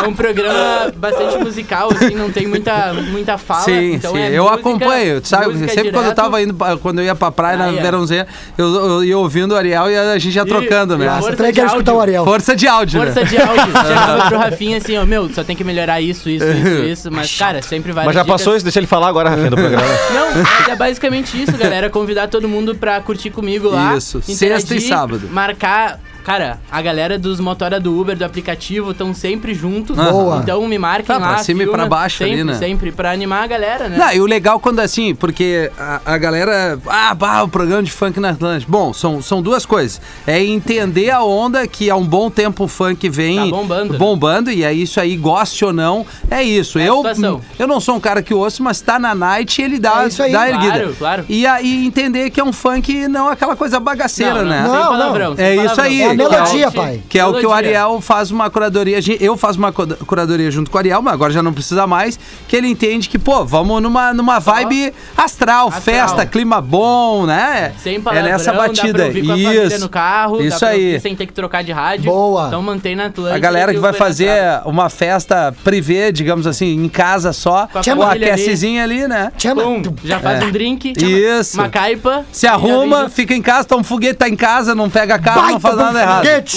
S10: é um programa bastante musical, assim, não tem muita, muita fala.
S4: Sim,
S10: então
S4: sim,
S10: é
S4: eu
S10: música-
S4: acompanho, tu sabe?
S10: música
S4: Sempre quando eu
S10: direto.
S4: tava indo, pra- quando eu ia pra praia na
S10: Ah, é.
S4: verãozinha, eu, eu ia ouvindo o Ariel e a gente ia trocando, né?
S10: e
S5: Eu
S10: força
S5: também
S10: de
S5: quero escutar o
S10: áudio.
S5: Ariel.
S4: Força de áudio,
S10: Força
S4: né?
S10: de áudio. Chegava pro Rafinha assim, ó, meu, só tem que melhorar isso, isso, isso, isso. Mas, cara, sempre vai.
S6: Mas já passou isso, deixa ele falar agora, Rafinha, do programa.
S10: Não, mas é basicamente isso, galera. Convidar todo mundo pra curtir comigo lá.
S4: Isso,
S10: interagir,
S4: sexta e sábado.
S10: Marcar. Cara, a galera dos motora do Uber, do aplicativo, estão sempre junto.
S5: Boa.
S10: Então me marquem
S4: Tá,
S10: lá.
S4: pra cima e
S10: filma,
S4: pra baixo ali,
S10: sempre,
S4: né?
S10: Sempre, pra animar a galera, né?
S4: Não, é e o legal quando assim, porque a, a galera. Ah, bah, o programa de funk na Atlântica. Bom, são, são duas coisas. É entender a onda que há um bom tempo o funk vem
S10: Tá bombando, né?
S4: bombando, e é isso aí, goste ou não, é isso.
S10: É a
S4: eu,
S10: situação.
S4: eu não sou um cara que ouço, mas tá na night e ele dá,
S5: É isso aí.
S4: dá a
S10: Claro,
S4: erguida.
S10: claro.
S4: E aí entender que é um funk não aquela coisa bagaceira, né?
S10: Sem
S5: Não, não.
S10: palavrão, sem
S4: É isso
S10: palavrão.
S4: aí,
S5: É a melodia,
S4: Calma.
S5: pai.
S4: Que é o que o
S10: Melodia.
S4: Ariel faz uma curadoria. gen- Eu faço uma cura- curadoria junto com o Ariel, mas agora já não precisa mais. Que ele entende que, pô, vamos numa, numa vibe astral, festa, clima bom, né?
S10: Sem palavrão,
S4: é nessa
S10: dá pra
S4: batida.
S10: ouvir com a família
S4: Isso.
S10: no carro, dá
S4: Isso
S10: pra
S4: aí.
S10: ouvir sem ter que trocar de rádio.
S5: Boa.
S10: Então mantém na Atlântica.
S4: A galera que
S10: o
S4: vai
S10: Uber
S4: fazer é-
S10: atrás.
S4: uma festa privê, digamos assim, em casa só,
S10: Com
S4: com
S10: a
S4: a
S10: família ali.
S4: aquecezinha ali, né?
S5: Chama.
S10: Pum, já faz
S4: É.
S10: um drink,
S4: Isso.
S10: uma caipa.
S4: Se
S10: e já vem
S4: arruma,
S10: junto.
S4: fica em casa, toma um foguete, tá em casa, não pega carro, não faz nada errado.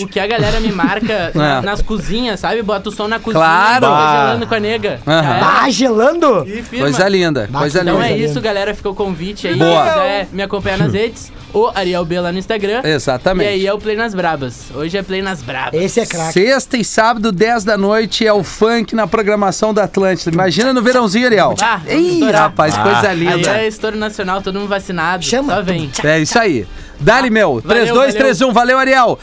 S10: O que a galera me marca na-
S4: É.
S10: nas cozinhas, sabe? Bota o som na cozinha,
S4: Claro.
S10: tá
S6: Bah.
S10: gelando com a nega.
S4: Aham.
S10: Já era.
S5: Ah, gelando?
S10: E firma.
S4: Coisa linda, coisa
S10: Então
S4: linda.
S10: é isso, galera. Fica o convite aí.
S4: Boa.
S10: Se quiser me acompanhar nas redes, ou Ariel B lá no Instagram. E
S4: Exatamente.
S10: aí é o Play nas Brabas. Hoje é Play nas Brabas.
S5: Esse é craque.
S4: Sexta e sábado, 10 da noite, é o funk na programação da Atlântida. Imagina no verãozinho, Ariel.
S10: Ah, vamos
S4: Ih,
S10: estourar.
S4: rapaz, coisa
S10: Aí é
S4: linda.
S10: estouro nacional, todo mundo vacinado.
S5: Chama.
S10: Só vem.
S4: É isso aí. Dali, meu.
S10: Valeu,
S4: 3231, valeu, Ariel.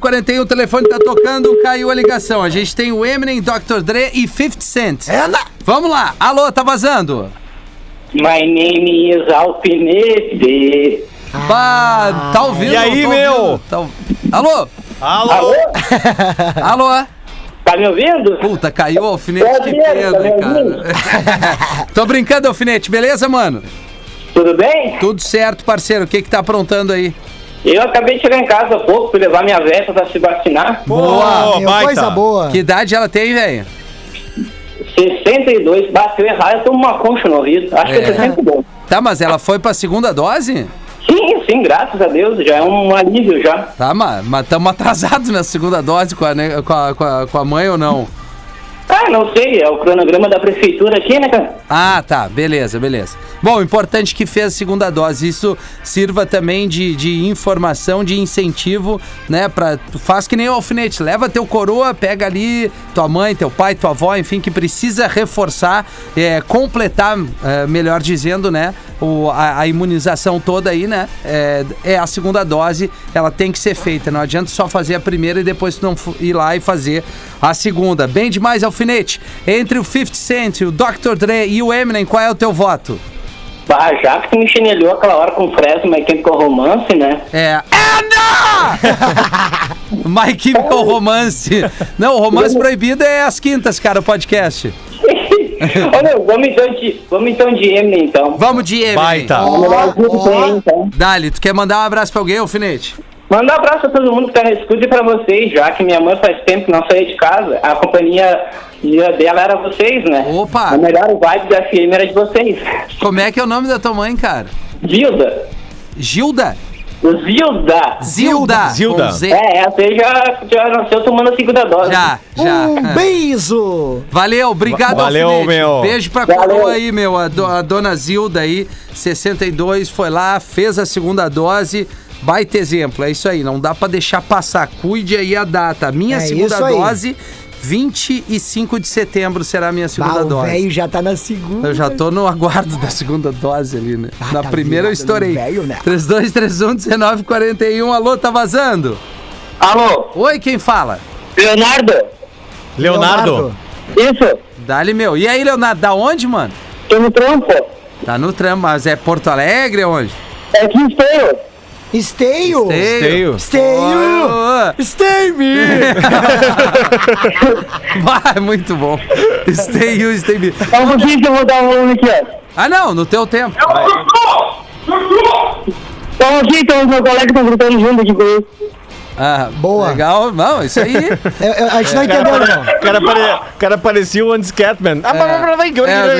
S4: 3231-1941, o telefone tá tocando, caiu a ligação. A gente tem o Eminem, Dr. Dre e 50 Cent.
S5: Ela.
S4: Vamos lá. Alô, tá vazando?
S7: My name is Alfinete.
S4: Bah, tá ouvindo?
S6: E aí,
S4: tá
S6: meu?
S4: ouvindo, tá ou- Alô?
S6: Alô?
S4: Alô?
S7: Tá me ouvindo?
S4: Puta, caiu o alfinete. Que
S7: Tá
S4: pena,
S7: vendo?
S4: cara. Tô brincando, alfinete. Beleza, mano?
S7: Tudo bem?
S4: Tudo certo, parceiro. O que que tá aprontando aí?
S7: Eu acabei de chegar em casa há pouco pra levar minha velha pra se vacinar.
S5: Boa,
S6: Boa,
S5: meu,
S6: baita.
S5: coisa boa.
S4: Que idade ela tem, velho?
S7: 62, bateu errado, eu tomo uma concha no ouvido. Acho que
S4: É.
S7: é 60 bom.
S4: Tá, mas ela foi pra segunda dose?
S7: Sim, sim, graças a Deus, já é um alívio já.
S4: Tá, mas estamos atrasados na segunda dose com a, ne- com, a, com, a, com a mãe ou não?
S7: Ah, não sei, é o cronograma da prefeitura aqui, né, cara?
S4: Ah, tá, beleza, beleza. Bom, o importante é que fez a segunda dose. Isso sirva também de, de informação, de incentivo, né? Pra, tu faz que nem o alfinete, leva teu coroa, pega ali tua mãe, teu pai, tua avó, enfim, que precisa reforçar, é, completar, é, melhor dizendo, né? O, a, a imunização toda aí, né? É, é a segunda dose, ela tem que ser feita. Não adianta só fazer a primeira e depois tu não fu- ir lá e fazer a segunda. Bem demais, alfinete. Entre o 50 Cent, o Dr. Dre e o Eminem, qual é o teu voto?
S7: Bah, já que tu me chinelhou aquela hora com o Fresno, mas quem com romance, né?
S4: É. My Chemical Romance. Não, o romance proibido é às quintas, cara, o podcast.
S7: Ô, meu, vamos então de, vamos então de Eminem, então.
S4: Vamos de Eminem.
S6: Baita.
S7: É o melhor dia que tem, então.
S4: Dali, tu quer mandar um abraço pra alguém, alfinete?
S7: Manda um abraço pra todo mundo que tá na escuta e pra vocês, já que minha mãe faz tempo que não saía de casa. A companhia dela era vocês, né?
S4: Opa.
S7: A melhor vibe da FM era de vocês.
S4: Como é que é o nome da tua mãe, cara?
S7: Zilda.
S4: Gilda?
S7: Zilda.
S4: Zilda.
S6: Zilda.
S4: Com Z.
S7: É, essa aí já, já nasceu tomando a segunda dose.
S4: Já, já.
S5: Um beijo!
S4: Valeu, obrigado,
S6: Va- valeu,
S4: alfinete.
S6: meu.
S4: Beijo pra
S7: Valeu.
S4: coroa aí, meu. A, do- a dona Zilda aí, 62, foi lá, fez a segunda dose. Baita exemplo, é isso aí. Não dá pra deixar passar. Cuide aí a data. A Minha
S5: É
S4: segunda
S5: isso aí.
S4: dose, 25 de setembro será a minha segunda
S5: Ah, o
S4: dose.
S5: velho já tá na segunda.
S4: Eu já tô no aguardo da segunda dose ali, né?
S5: Ah,
S4: Na
S5: tá
S4: primeira eu
S5: virado no
S4: estourei.
S5: velho, né?
S4: 3231 1941. Alô, tá vazando?
S7: Alô,
S4: Oi, quem fala?
S7: Leonardo?
S6: Leonardo.
S7: Isso?
S4: Dali, meu. E aí, Leonardo, da onde, mano?
S7: Tô no trampo?
S4: Tá no trampo, mas é Porto Alegre onde?
S7: É aqui em Esteio.
S5: Esteio!
S6: Esteio.
S5: Esteio! Stay me!
S4: Vai, Ah, muito bom. Esteio, Esteio.
S7: Só um pouquinho que eu vou dar um volume aqui, ó.
S4: Ah, não, no teu tempo.
S7: Só um pouquinho que os meus colegas estão gritando junto aqui comigo.
S4: Ah,
S5: Boa.
S4: Legal, não, isso aí.
S5: Eu- eu- a gente não entendeu, né? não.
S6: O cara, pare... o cara parecia o Andy Scatman. Ah,
S4: É,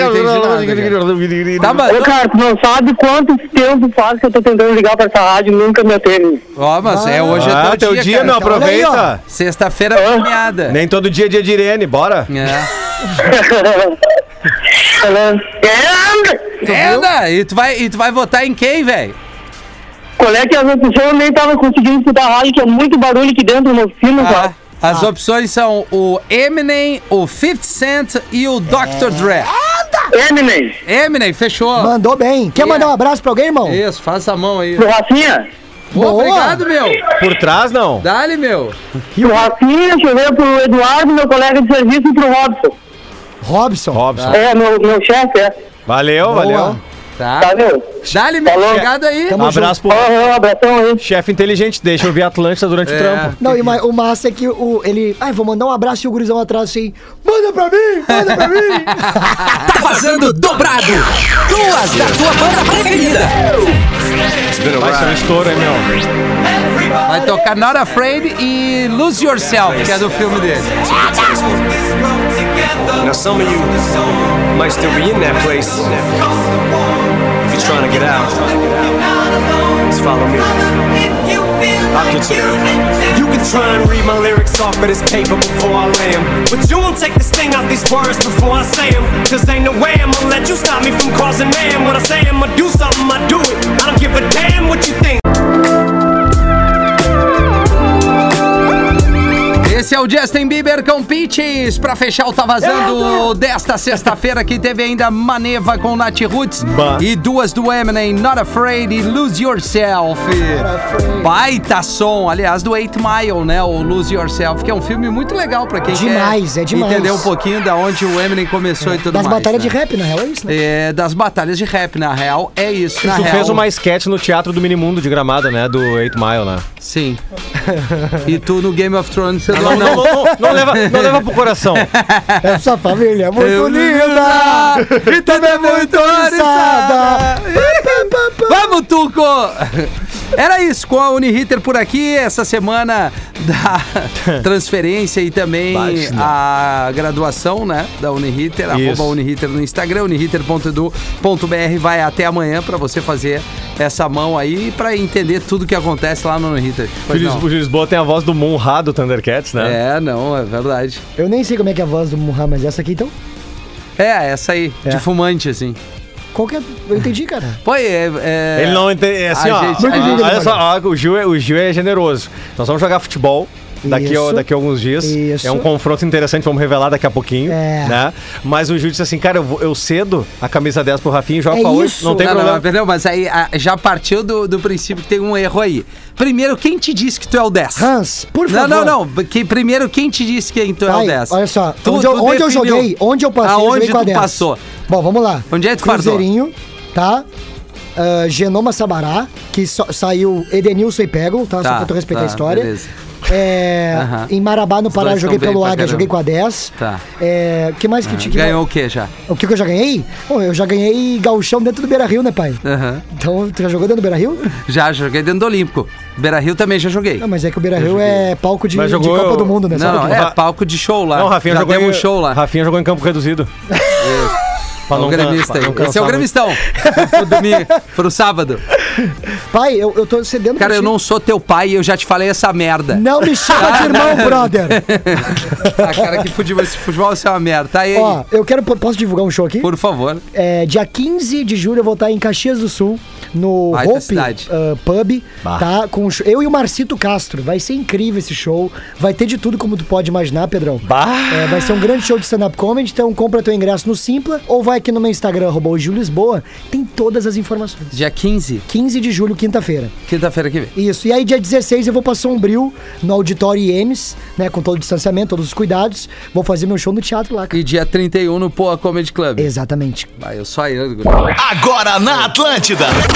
S4: eu não entendi Tá, mas,
S7: Ô, cara, tu não sabe quanto tempo faz que eu tô tentando ligar pra essa rádio e nunca me atende.
S4: ó, mas é, hoje é
S6: Ah,
S4: teu,
S6: teu dia,
S4: cara.
S6: meu,
S5: Olha aí, ó.
S6: aproveita.
S4: Sexta-feira premiada.
S6: Nem todo dia é dia de Irene, bora.
S4: É.
S7: Falando, "É,
S4: Eda, e tu, vai, e tu vai votar em quem, velho?
S7: Qual é que as pessoas nem tava conseguindo escutar a rádio, que é muito barulho aqui dentro no sino,
S4: Ah,
S6: Tá.
S7: cara.
S4: as opções são o Eminem, o 50 Cent e o Dr. Dre.
S7: Eminem,
S4: Eminem, fechou.
S5: Mandou bem.
S4: É.
S5: Quer mandar um abraço pra alguém, irmão?
S4: Isso, faça a mão aí.
S7: do Rafinha.
S4: Pô,
S5: Boa.
S4: obrigado, meu.
S6: Por trás, não.
S4: Dá-lhe, meu.
S7: Do Rafinha, deixa eu ver pro Eduardo, meu colega de serviço, e pro Robson.
S5: Robson.
S6: Robson.
S7: É, meu, meu chefe, é.
S6: Valeu, valeu.
S4: Tá.
S7: Tá, meu?
S4: Dá-lhe, meu.
S7: Falou.
S4: Obrigado aí.
S5: Tamo
S6: Abraço pro
S7: Ó, ó, abração aí.
S6: chefe inteligente. Deixa eu ver Atlântida durante o
S4: É.
S6: trampo.
S5: Não, e ma- o massa é que o, ele. Ai, vou mandar um abraço e o gurizão atrás assim. Manda pra mim! Manda pra mim!
S11: Tá vazando dobrado. Duas da tua banda preferida.
S6: Vai ser um estouro, hein, meu?
S4: Vai tocar Not Afraid e Lose Yourself, que é do filme dele.
S12: Now some of you might still be in that place. If you're trying to get out, just follow me. I'll get you. You can try and read my lyrics off of this paper before I lay 'em. But you won't take this thing out these words before I say 'em. Cause ain't no way I'm gonna let you stop me from causing man. When I say I'm gonna do something, I do it. I don't give a damn what you think.
S4: Esse é o Justin Bieber com Peaches. Pra fechar o Tá Vazando desta sexta-feira, que teve ainda Maneva com Nat Roots
S6: Bah.
S4: e duas do Eminem, Not Afraid e Lose Yourself. Baita som, aliás, do Eight Mile, né? O Lose Yourself, que é um filme muito legal pra quem
S5: Demais,
S4: quer
S5: é demais. É.
S4: entender um pouquinho da onde o Eminem começou e tudo
S5: Das
S4: mais.
S5: batalhas
S4: né?
S5: de rap, na real, é isso, né?
S4: É, das batalhas de rap, na real, é isso. Na
S6: Tu
S4: real,
S6: fez uma sketch no Teatro do Minimundo de Gramado, né? Do 8 Mile, né?
S4: Sim. E tu no Game of Thrones, você não.
S6: não, não, não leva, não leva pro coração.
S5: Essa família é muito
S4: Eu-
S5: linda!
S4: E também é muito
S5: Sada.
S4: oriçada. Vamos, Tuco! Era isso, com a Uniriter por aqui, essa semana da transferência e também
S6: Baixa, né?
S4: a graduação, né, da Uniriter, arroba
S6: Isso.
S4: Uniriter no Instagram, uniriter.edu.br, vai até amanhã pra você fazer essa mão aí pra entender tudo que acontece lá no Uniriter.
S6: O
S4: Pois
S6: Julius,
S4: não.
S6: o Julius Boa tem a voz do Monra do Thundercats, né?
S4: É, não, é verdade.
S5: Eu nem sei como é que é a voz do Muhammad, mas essa aqui então.
S4: É, essa aí,
S5: É.
S4: de fumante, assim.
S5: Qual que é. Eu entendi, cara.
S4: Pô, é, é-
S6: Ele não entende. é Assim,
S4: A
S6: ó.
S4: gente-
S6: ó,
S4: a gente-
S6: olha só, ó, o, Gil é, o Gil é generoso. Nós vamos jogar futebol. Daqui a,
S5: Isso.
S6: daqui a alguns dias.
S5: Isso.
S6: É um confronto interessante, vamos revelar daqui a pouquinho.
S5: É.
S6: Né? Mas o Gil disse assim: cara, eu, vou- eu cedo a camisa 10 pro Rafinha e jogo
S5: É
S6: pra 8.
S5: isso.
S6: Não tem
S4: não,
S6: problema.
S4: Não, entendeu? Mas aí a- já partiu do, do princípio que tem um erro aí. Primeiro, quem te disse que tu é o 10?
S5: Hans, Ah, por
S4: não,
S5: favor.
S4: não, não, Que, primeiro, quem te disse que tu é o
S5: Ai,
S4: 10?
S5: olha só,
S4: Tu-
S5: onde, eu,
S4: tu
S5: onde eu
S4: definiu.
S5: joguei, onde eu passei, eu
S4: Aonde
S5: joguei com a
S4: tu
S5: 10.
S4: passou?
S5: Bom, vamos lá.
S4: Onde é que tu
S5: Cruzeirinho, tá? Ah, Genoma Sabará, que só- saiu Edenilson e Pego, tá? Só
S4: Tá,
S5: pra tu respeitar
S4: tá,
S5: a história.
S4: beleza.
S5: É,
S4: Aham.
S5: Em Marabá, no
S4: Os
S5: Pará,
S4: dois
S5: joguei
S4: tão bem
S5: pelo
S4: pra
S5: Águia,
S4: caramba.
S5: joguei com a 10.
S4: Tá. Ah,
S5: É, que mais que te... que-
S4: Ganhou o que já?
S5: O que, que eu já ganhei? Bom, eu já ganhei gauchão dentro do Beira-Rio, né, pai?
S4: Aham.
S5: Então, tu já jogou dentro do Beira-Rio?
S4: Já joguei dentro do Olímpico. Beira Rio também já joguei.
S5: Não, mas é que o Beira-Rio é palco de,
S4: Mas
S5: de
S4: jogou-
S5: Copa do Mundo, né?
S4: Não,
S5: Sabe?
S4: é palco de show lá.
S6: Não, o Rafinha
S4: já
S6: jogou
S4: demos
S6: em-
S4: show lá.
S6: Rafinha jogou em campo reduzido.
S4: É o gremista aí. Esse é o gremistão. pro domingo, pro sábado.
S5: Pai, eu, eu tô cedendo
S4: Cara,
S5: pra
S4: eu
S5: ti.
S4: não sou teu pai e eu já te falei essa merda.
S5: Não me chama de irmão, brother.
S4: Ah, cara, que futebol, esse futebol isso é uma merda. Tá aí.
S5: Ó, eu quero. Posso divulgar um show aqui?
S4: Por favor.
S5: É, dia 15 de julho eu vou estar em Caxias do Sul, no
S4: Baita
S5: Hope
S4: cidade.
S5: ah, Pub,
S4: Bah.
S5: tá? Com o show- eu e o Marcito Castro. Vai ser incrível esse show. Vai ter de tudo como tu pode imaginar, Pedrão. É, vai ser um grande show de stand-up comedy, então compra teu ingresso no Simpla ou vai aqui no meu Instagram, arroba o Gil Lisboa, tem todas as informações.
S4: Dia 15.
S5: 15 de julho, quinta-feira.
S4: Quinta-feira que vem.
S5: Isso, e aí dia 16 eu vou pra Sombrio, no Auditório Iemes, né, com todo o distanciamento, todos os cuidados, vou fazer meu show no teatro lá, cara.
S4: E dia 31 no Poa Comedy Club.
S5: Exatamente.
S4: Vai, eu só eu.
S1: Agora na Atlântida.